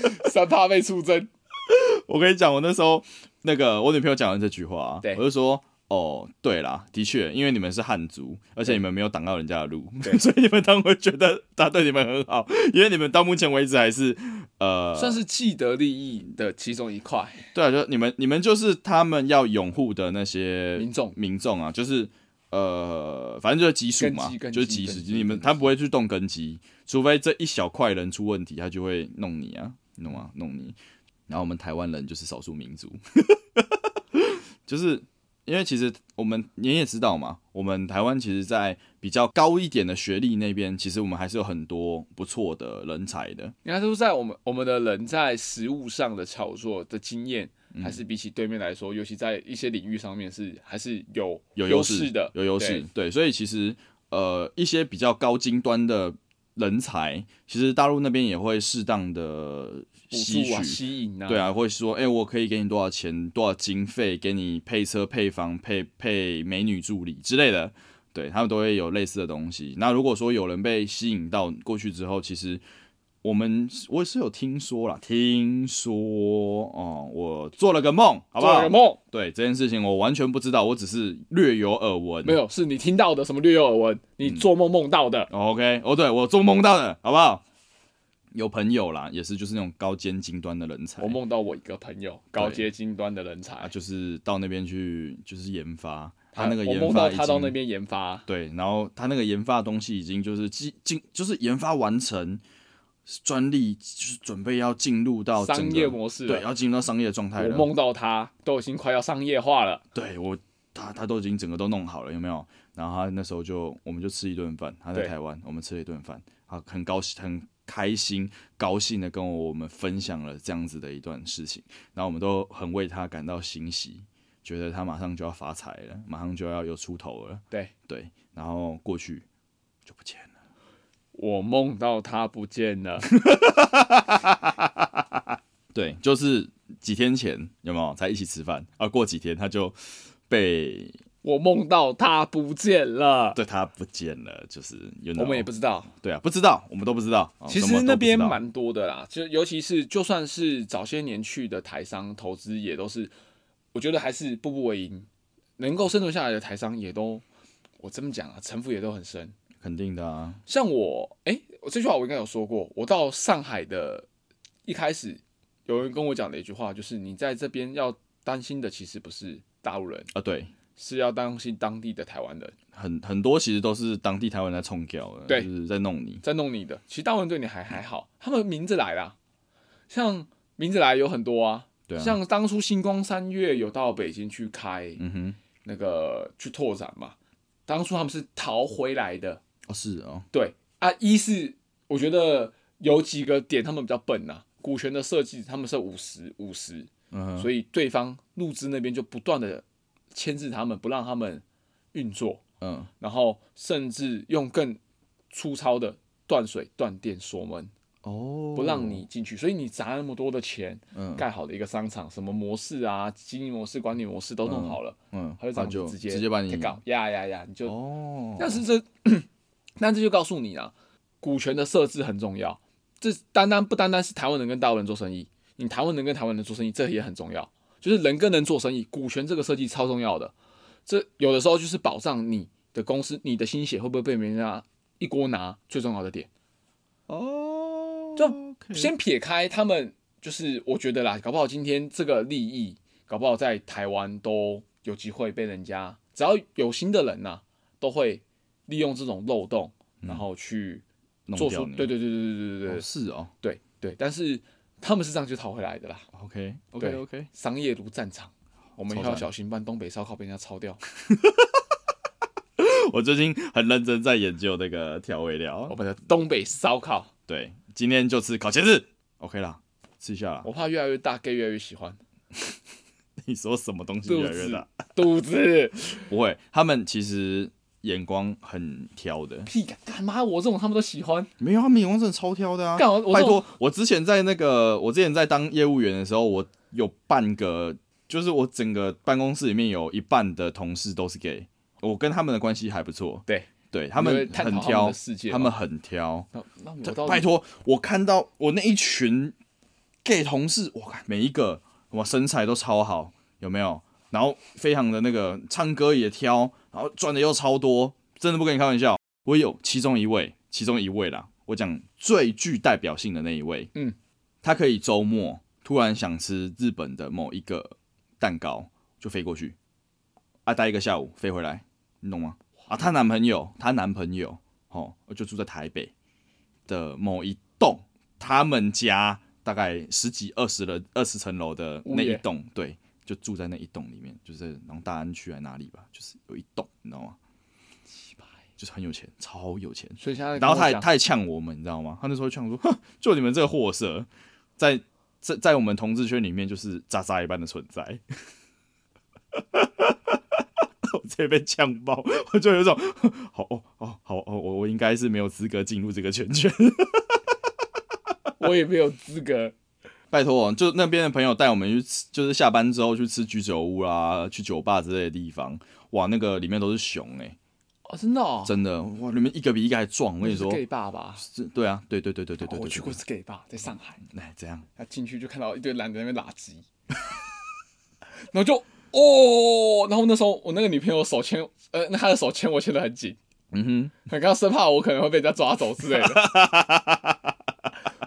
Speaker 2: 对。三怕被出征，
Speaker 1: 我跟你讲，我那时候那个我女朋友讲了这句话、啊
Speaker 2: 对，
Speaker 1: 我就说哦，哦，对啦，的确，因为你们是汉族，而且你们没有挡到人家的路
Speaker 2: 对，
Speaker 1: 所以你们当然会觉得他对你们很好，因为你们到目前为止还是呃，
Speaker 2: 算是既得利益的其中一块。
Speaker 1: 对啊，就你们你们就是他们要拥护的那些
Speaker 2: 民众
Speaker 1: 民众啊，就是呃，反正就是基数嘛
Speaker 2: 根基，根基
Speaker 1: 就是基数，
Speaker 2: 根基
Speaker 1: 你们
Speaker 2: 根基
Speaker 1: 他不会去动根基，除非这一小块人出问题，他就会弄你啊，你懂吗？弄你。然后我们台湾人就是少数民族， 就是因为其实我们你也知道嘛，我们台湾其实，在比较高一点的学历那边，其实我们还是有很多不错的人才的。
Speaker 2: 你看，就是在我们我们的人在实物上的炒作的经验，
Speaker 1: 嗯
Speaker 2: 还是比起对面来说，尤其在一些领域上面是还是有
Speaker 1: 有
Speaker 2: 优
Speaker 1: 势
Speaker 2: 的，
Speaker 1: 有优势
Speaker 2: 对。。
Speaker 1: 对，所以其实呃，一些比较高精端的人才，其实大陆那边也会适当的
Speaker 2: 补
Speaker 1: 吸
Speaker 2: 助
Speaker 1: 取。
Speaker 2: 啊，吸引啊，
Speaker 1: 对啊，会说，哎、我可以给你多少钱、多少经费，给你配车、配房、配配美女助理之类的，对他们都会有类似的东西。那如果说有人被吸引到过去之后，其实我们我也是有听说啦，听说哦、我做了个梦，好不
Speaker 2: 做了哦
Speaker 1: 好？
Speaker 2: 个梦
Speaker 1: 对这件事情，我完全不知道，我只是略有耳闻。
Speaker 2: 没有，是你听到的什么略有耳闻，你做梦梦到的，
Speaker 1: 哦 OK，哦，对我做梦到的，好不好？有朋友啦，也是就是那种高尖精端的人才，
Speaker 2: 我梦到我一个朋友，高阶金端的人
Speaker 1: 嗯啊，
Speaker 2: 才，
Speaker 1: 就是到那边去就是研发，他那个
Speaker 2: 我
Speaker 1: 研
Speaker 2: 梦
Speaker 1: 发
Speaker 2: 到
Speaker 1: 已经
Speaker 2: 他到那边研发，
Speaker 1: 对，然后他那个研发的东西已经就是进进就是研发完成，专利就是准备要进入到整
Speaker 2: 商
Speaker 1: 个
Speaker 2: 业模式了
Speaker 1: 对，要进入到商业状态
Speaker 2: 我
Speaker 1: 了。
Speaker 2: 梦到他都已经快要商业化了，
Speaker 1: 对我，他他都已经整个都弄好了，有没有？然后他那时候就，我们就吃一顿饭，他在
Speaker 2: 对
Speaker 1: 台湾，我们吃了一顿饭，他很高兴，很开心，高兴的跟我们分享了这样子的一段事情，然后我们都很为他感到欣喜，觉得他马上就要发财了，马上就要有出头了，
Speaker 2: 对
Speaker 1: 对，然后过去就不见了。
Speaker 2: 我梦到他不见了，
Speaker 1: 对，就是几天前有没有才一起吃饭啊？过几天他就被
Speaker 2: 我梦到他不见了，
Speaker 1: 对他不见了，就是有
Speaker 2: 我们也不知道。
Speaker 1: 对啊，不知道，我们都不知道。哦
Speaker 2: 其
Speaker 1: 什么
Speaker 2: 实
Speaker 1: 都
Speaker 2: 那
Speaker 1: 不知
Speaker 2: 边
Speaker 1: 道
Speaker 2: 蛮多的啦，就尤其是就算是早些年去的台商投资，也都是我觉得还是步步为营，能够生存下来的台商也都，我这么讲啊，城府也都很深。
Speaker 1: 肯定的啊，
Speaker 2: 像我，哎、我这句话我应该有说过，我到上海的一开始，有人跟我讲的一句话就是，你在这边要担心的其实不是大陆人，
Speaker 1: 啊对，
Speaker 2: 是要担心当地的台湾人
Speaker 1: 很很多其实都是当地台湾人在冲掉的，
Speaker 2: 对
Speaker 1: 就是在弄你。
Speaker 2: 在弄你的。其实大陆人对你还还好，他们名字来啦，像名字来有很多啊，
Speaker 1: 对啊，
Speaker 2: 像当初星光三月有到北京去开
Speaker 1: 嗯哼，
Speaker 2: 那个去拓展嘛，当初他们是逃回来的，
Speaker 1: 哦是哦，
Speaker 2: 对啊，一是我觉得有几个点他们比较笨呐、股权的设计他们是五十五十，
Speaker 1: 嗯哼，
Speaker 2: 所以对方入资那边就不断的牵制他们，不让他们运作，
Speaker 1: 嗯，
Speaker 2: 然后甚至用更粗糙的断水断电锁门，
Speaker 1: 哦，
Speaker 2: 不让你进去，所以你砸那么多的钱，
Speaker 1: 嗯
Speaker 2: 盖好的一个商场，什么模式啊、经营模式、管理模式都弄好了，
Speaker 1: 嗯，
Speaker 2: 他就这
Speaker 1: 他
Speaker 2: 样
Speaker 1: 就
Speaker 2: 直接
Speaker 1: 把你
Speaker 2: 搞呀呀呀，你就
Speaker 1: 哦，
Speaker 2: 但是这， 但这就告诉你啊，股权的设置很重要。这单单不单单是台湾人跟大陆人做生意，你台湾人跟台湾人做生意，这也很重要。就是人跟人做生意，股权这个设计超重要的。这有的时候就是保障你的公司，你的心血会不会被人家一锅拿，最重要的点。
Speaker 1: 哦，
Speaker 2: 就
Speaker 1: OK
Speaker 2: 先撇开他们，就是我觉得啦，搞不好今天这个利益，搞不好在台湾都有机会被人家，只要有心的人呐、都会利用这种漏洞，然后去
Speaker 1: 弄
Speaker 2: 做
Speaker 1: 掉
Speaker 2: 出，
Speaker 1: 你，
Speaker 2: 对对对对对对
Speaker 1: 哦
Speaker 2: 对
Speaker 1: 是哦
Speaker 2: 对对，但是他们是这样就逃回来的啦。
Speaker 1: ，OK OK
Speaker 2: 对
Speaker 1: OK，
Speaker 2: 商业如战场，我们
Speaker 1: 超
Speaker 2: 要
Speaker 1: 赞
Speaker 2: 小心，不然东北烧烤被人家抄掉。
Speaker 1: 我最近很认真在研究那个调味
Speaker 2: 我
Speaker 1: 料，
Speaker 2: 们的东北烧烤，
Speaker 1: 对，今天就吃烤茄子，OK 啦，吃一下啦。
Speaker 2: 我怕越来越大，gay 越来越喜欢
Speaker 1: 你说什么东西
Speaker 2: 肚
Speaker 1: 越来越
Speaker 2: 子
Speaker 1: 大？，
Speaker 2: 肚子
Speaker 1: 不会，他们其实眼光很挑的，
Speaker 2: 屁干干妈，我这种他们都喜欢。
Speaker 1: 没有，他们眼光真的超挑的啊！
Speaker 2: 干我我
Speaker 1: 拜
Speaker 2: 这种
Speaker 1: 托，我之前在那个，我之前在当业务员的时候，我有半个，就是我整个办公室里面有一半的同事都是 gay，我跟他们的关系还不错。
Speaker 2: 对，
Speaker 1: 对他
Speaker 2: 你会
Speaker 1: 们
Speaker 2: 探
Speaker 1: 很
Speaker 2: 讨他们
Speaker 1: 挑
Speaker 2: 的世界，
Speaker 1: 他
Speaker 2: 吗
Speaker 1: 们很挑。
Speaker 2: 那那我
Speaker 1: 这
Speaker 2: 到底
Speaker 1: 拜托，我看到我那一群 gay 同事，我看每一个，哇，身材都超好，有没有？然后非常的那个唱歌也挑，然后赚的又超多，真的不跟你开玩笑。我有其中一位，其中一位啦，我讲最具代表性的那一位，
Speaker 2: 嗯，
Speaker 1: 他可以周末突然想吃日本的某一个蛋糕，就飞过去，啊，待一个下午飞回来，你懂吗？啊，她男朋友，她男朋友，哦，就住在台北的某一栋，他们家大概十几二十人二十层楼的那
Speaker 2: 物
Speaker 1: 一
Speaker 2: 业
Speaker 1: 栋，对，就住在那一栋里面，就是然后大安区还哪里吧，就是有一栋，你知道吗？就是很有钱，超有钱。
Speaker 2: 所以现在
Speaker 1: 然后他也
Speaker 2: 跟我讲
Speaker 1: 他也呛我们，你知道吗？他那时候呛我说哼：“就你们这个货色，在在在我们同志圈里面就是渣渣一般的存在。”我直接被呛爆，我就有一种哼好哦哦好哦，我我应该是没有资格进入这个圈圈。
Speaker 2: 我也没有资格。
Speaker 1: 拜托，就那边的朋友带我们去吃，就是下班之后去吃居酒屋啦，去酒吧之类的地方。哇，那个里面都是熊哎、
Speaker 2: 哦，真的哦，
Speaker 1: 真的哇，里面一个比一个还壮。我跟你说
Speaker 2: 是，gay 爸爸，
Speaker 1: 是对啊，对对对对对对
Speaker 2: 哦
Speaker 1: 对，
Speaker 2: 我去过
Speaker 1: 对，
Speaker 2: 是 gay 爸，在上海，
Speaker 1: 对哎，这样。
Speaker 2: 他进去就看到一堆男的在那边拉鸡， 然后就哦，然后那时候我那个女朋友手牵，呃，那她的手牵我牵得很紧，
Speaker 1: 嗯哼，
Speaker 2: 很刚生怕我可能会被人家抓走之类 的，然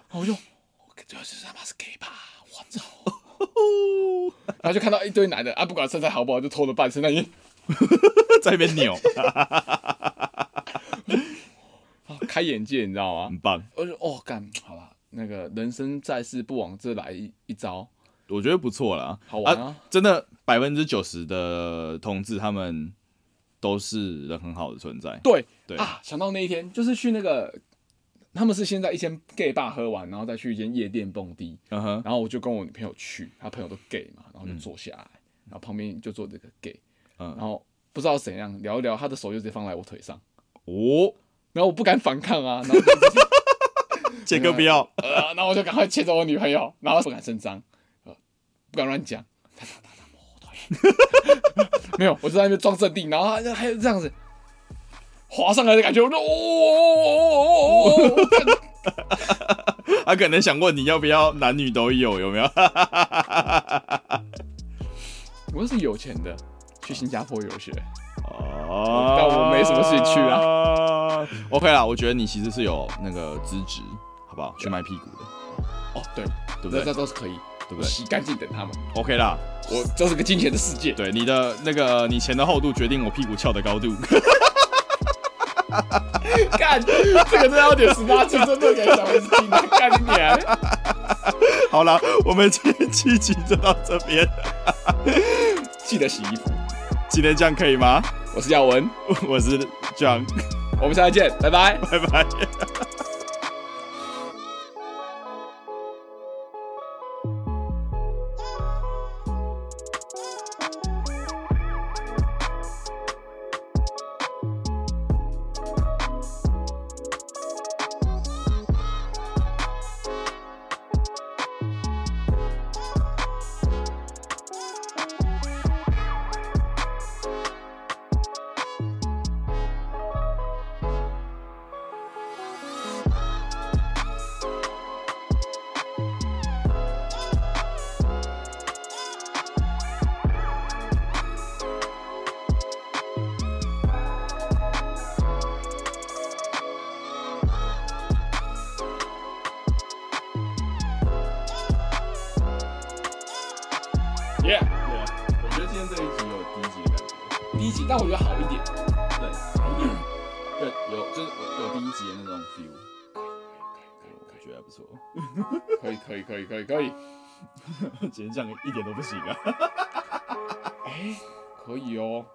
Speaker 2: 后我就，我就是他妈是 gay 吧，我操！然后就看到一堆男的啊，不管身材好不好，就脱了半身那衣，
Speaker 1: 在那边扭，
Speaker 2: 啊开眼界，你知道吗？
Speaker 1: 很棒。
Speaker 2: 我就哦干，好啦，那个人生在世不枉这来一一遭，
Speaker 1: 我觉得不错啦，
Speaker 2: 好玩啊
Speaker 1: 真的百分之九十的同志他们都是人很好的存在。
Speaker 2: 对
Speaker 1: 对
Speaker 2: 啊，想到那一天就是去那个，他们是先在一间 gay 吧喝完，然后再去一间夜店蹦迪，
Speaker 1: 嗯哼，
Speaker 2: 然后我就跟我女朋友去，她朋友都 gay 嘛，然后就坐下来，然后旁边就坐这个 gay，
Speaker 1: 嗯
Speaker 2: 然后不知道怎样聊一聊，他的手就直接放在我腿上，
Speaker 1: 哦，
Speaker 2: 然后我不敢反抗啊，然后就直接
Speaker 1: 杰哥不要，
Speaker 2: 呃，然后我就赶快牵着我女朋友，然后不敢声张，呃，不敢乱讲，他他他他摸我腿，没有，我就在那边装镇定，然后他还有这样子滑上来的感觉，我就哦哦哦哦哦哦哦干
Speaker 1: 他可能想问你要不要男女都有，有没有？
Speaker 2: 我是有钱的，去新加坡游学，
Speaker 1: 哦
Speaker 2: 但我没什么兴趣
Speaker 1: 啊。OK 啦，我觉得你其实是有那个资质，好不好？去卖屁股的，
Speaker 2: 哦对，
Speaker 1: 对不
Speaker 2: 这这
Speaker 1: 对？
Speaker 2: 都是可以，
Speaker 1: 对不
Speaker 2: 我
Speaker 1: 对
Speaker 2: 洗干净等他们，
Speaker 1: ？OK 啦，
Speaker 2: 我这是个金钱的世界，
Speaker 1: 对你的那个你钱的厚度决定我屁股翘的高度。
Speaker 2: 干，这个真的要点十八禁，真的给小孩子听的，干你娘！
Speaker 1: 好啦，我们今天七集就到这边，
Speaker 2: 记得洗衣服，
Speaker 1: 今天这样可以吗？
Speaker 2: 我是耀文，
Speaker 1: 我是 John，
Speaker 2: 我们下次见，拜拜。
Speaker 1: 拜拜。
Speaker 2: Yeah，
Speaker 1: 啊我觉得今天这一集有第一集的感觉，
Speaker 2: 第一集，但我觉得好一点。
Speaker 1: 对，好一点，对，有就是有第一集的那种 feel，我
Speaker 2: 哎
Speaker 1: 觉得还不错。
Speaker 2: 可以可以可以可以可以，
Speaker 1: 今天这样一点都不行啊。
Speaker 2: 可以哦。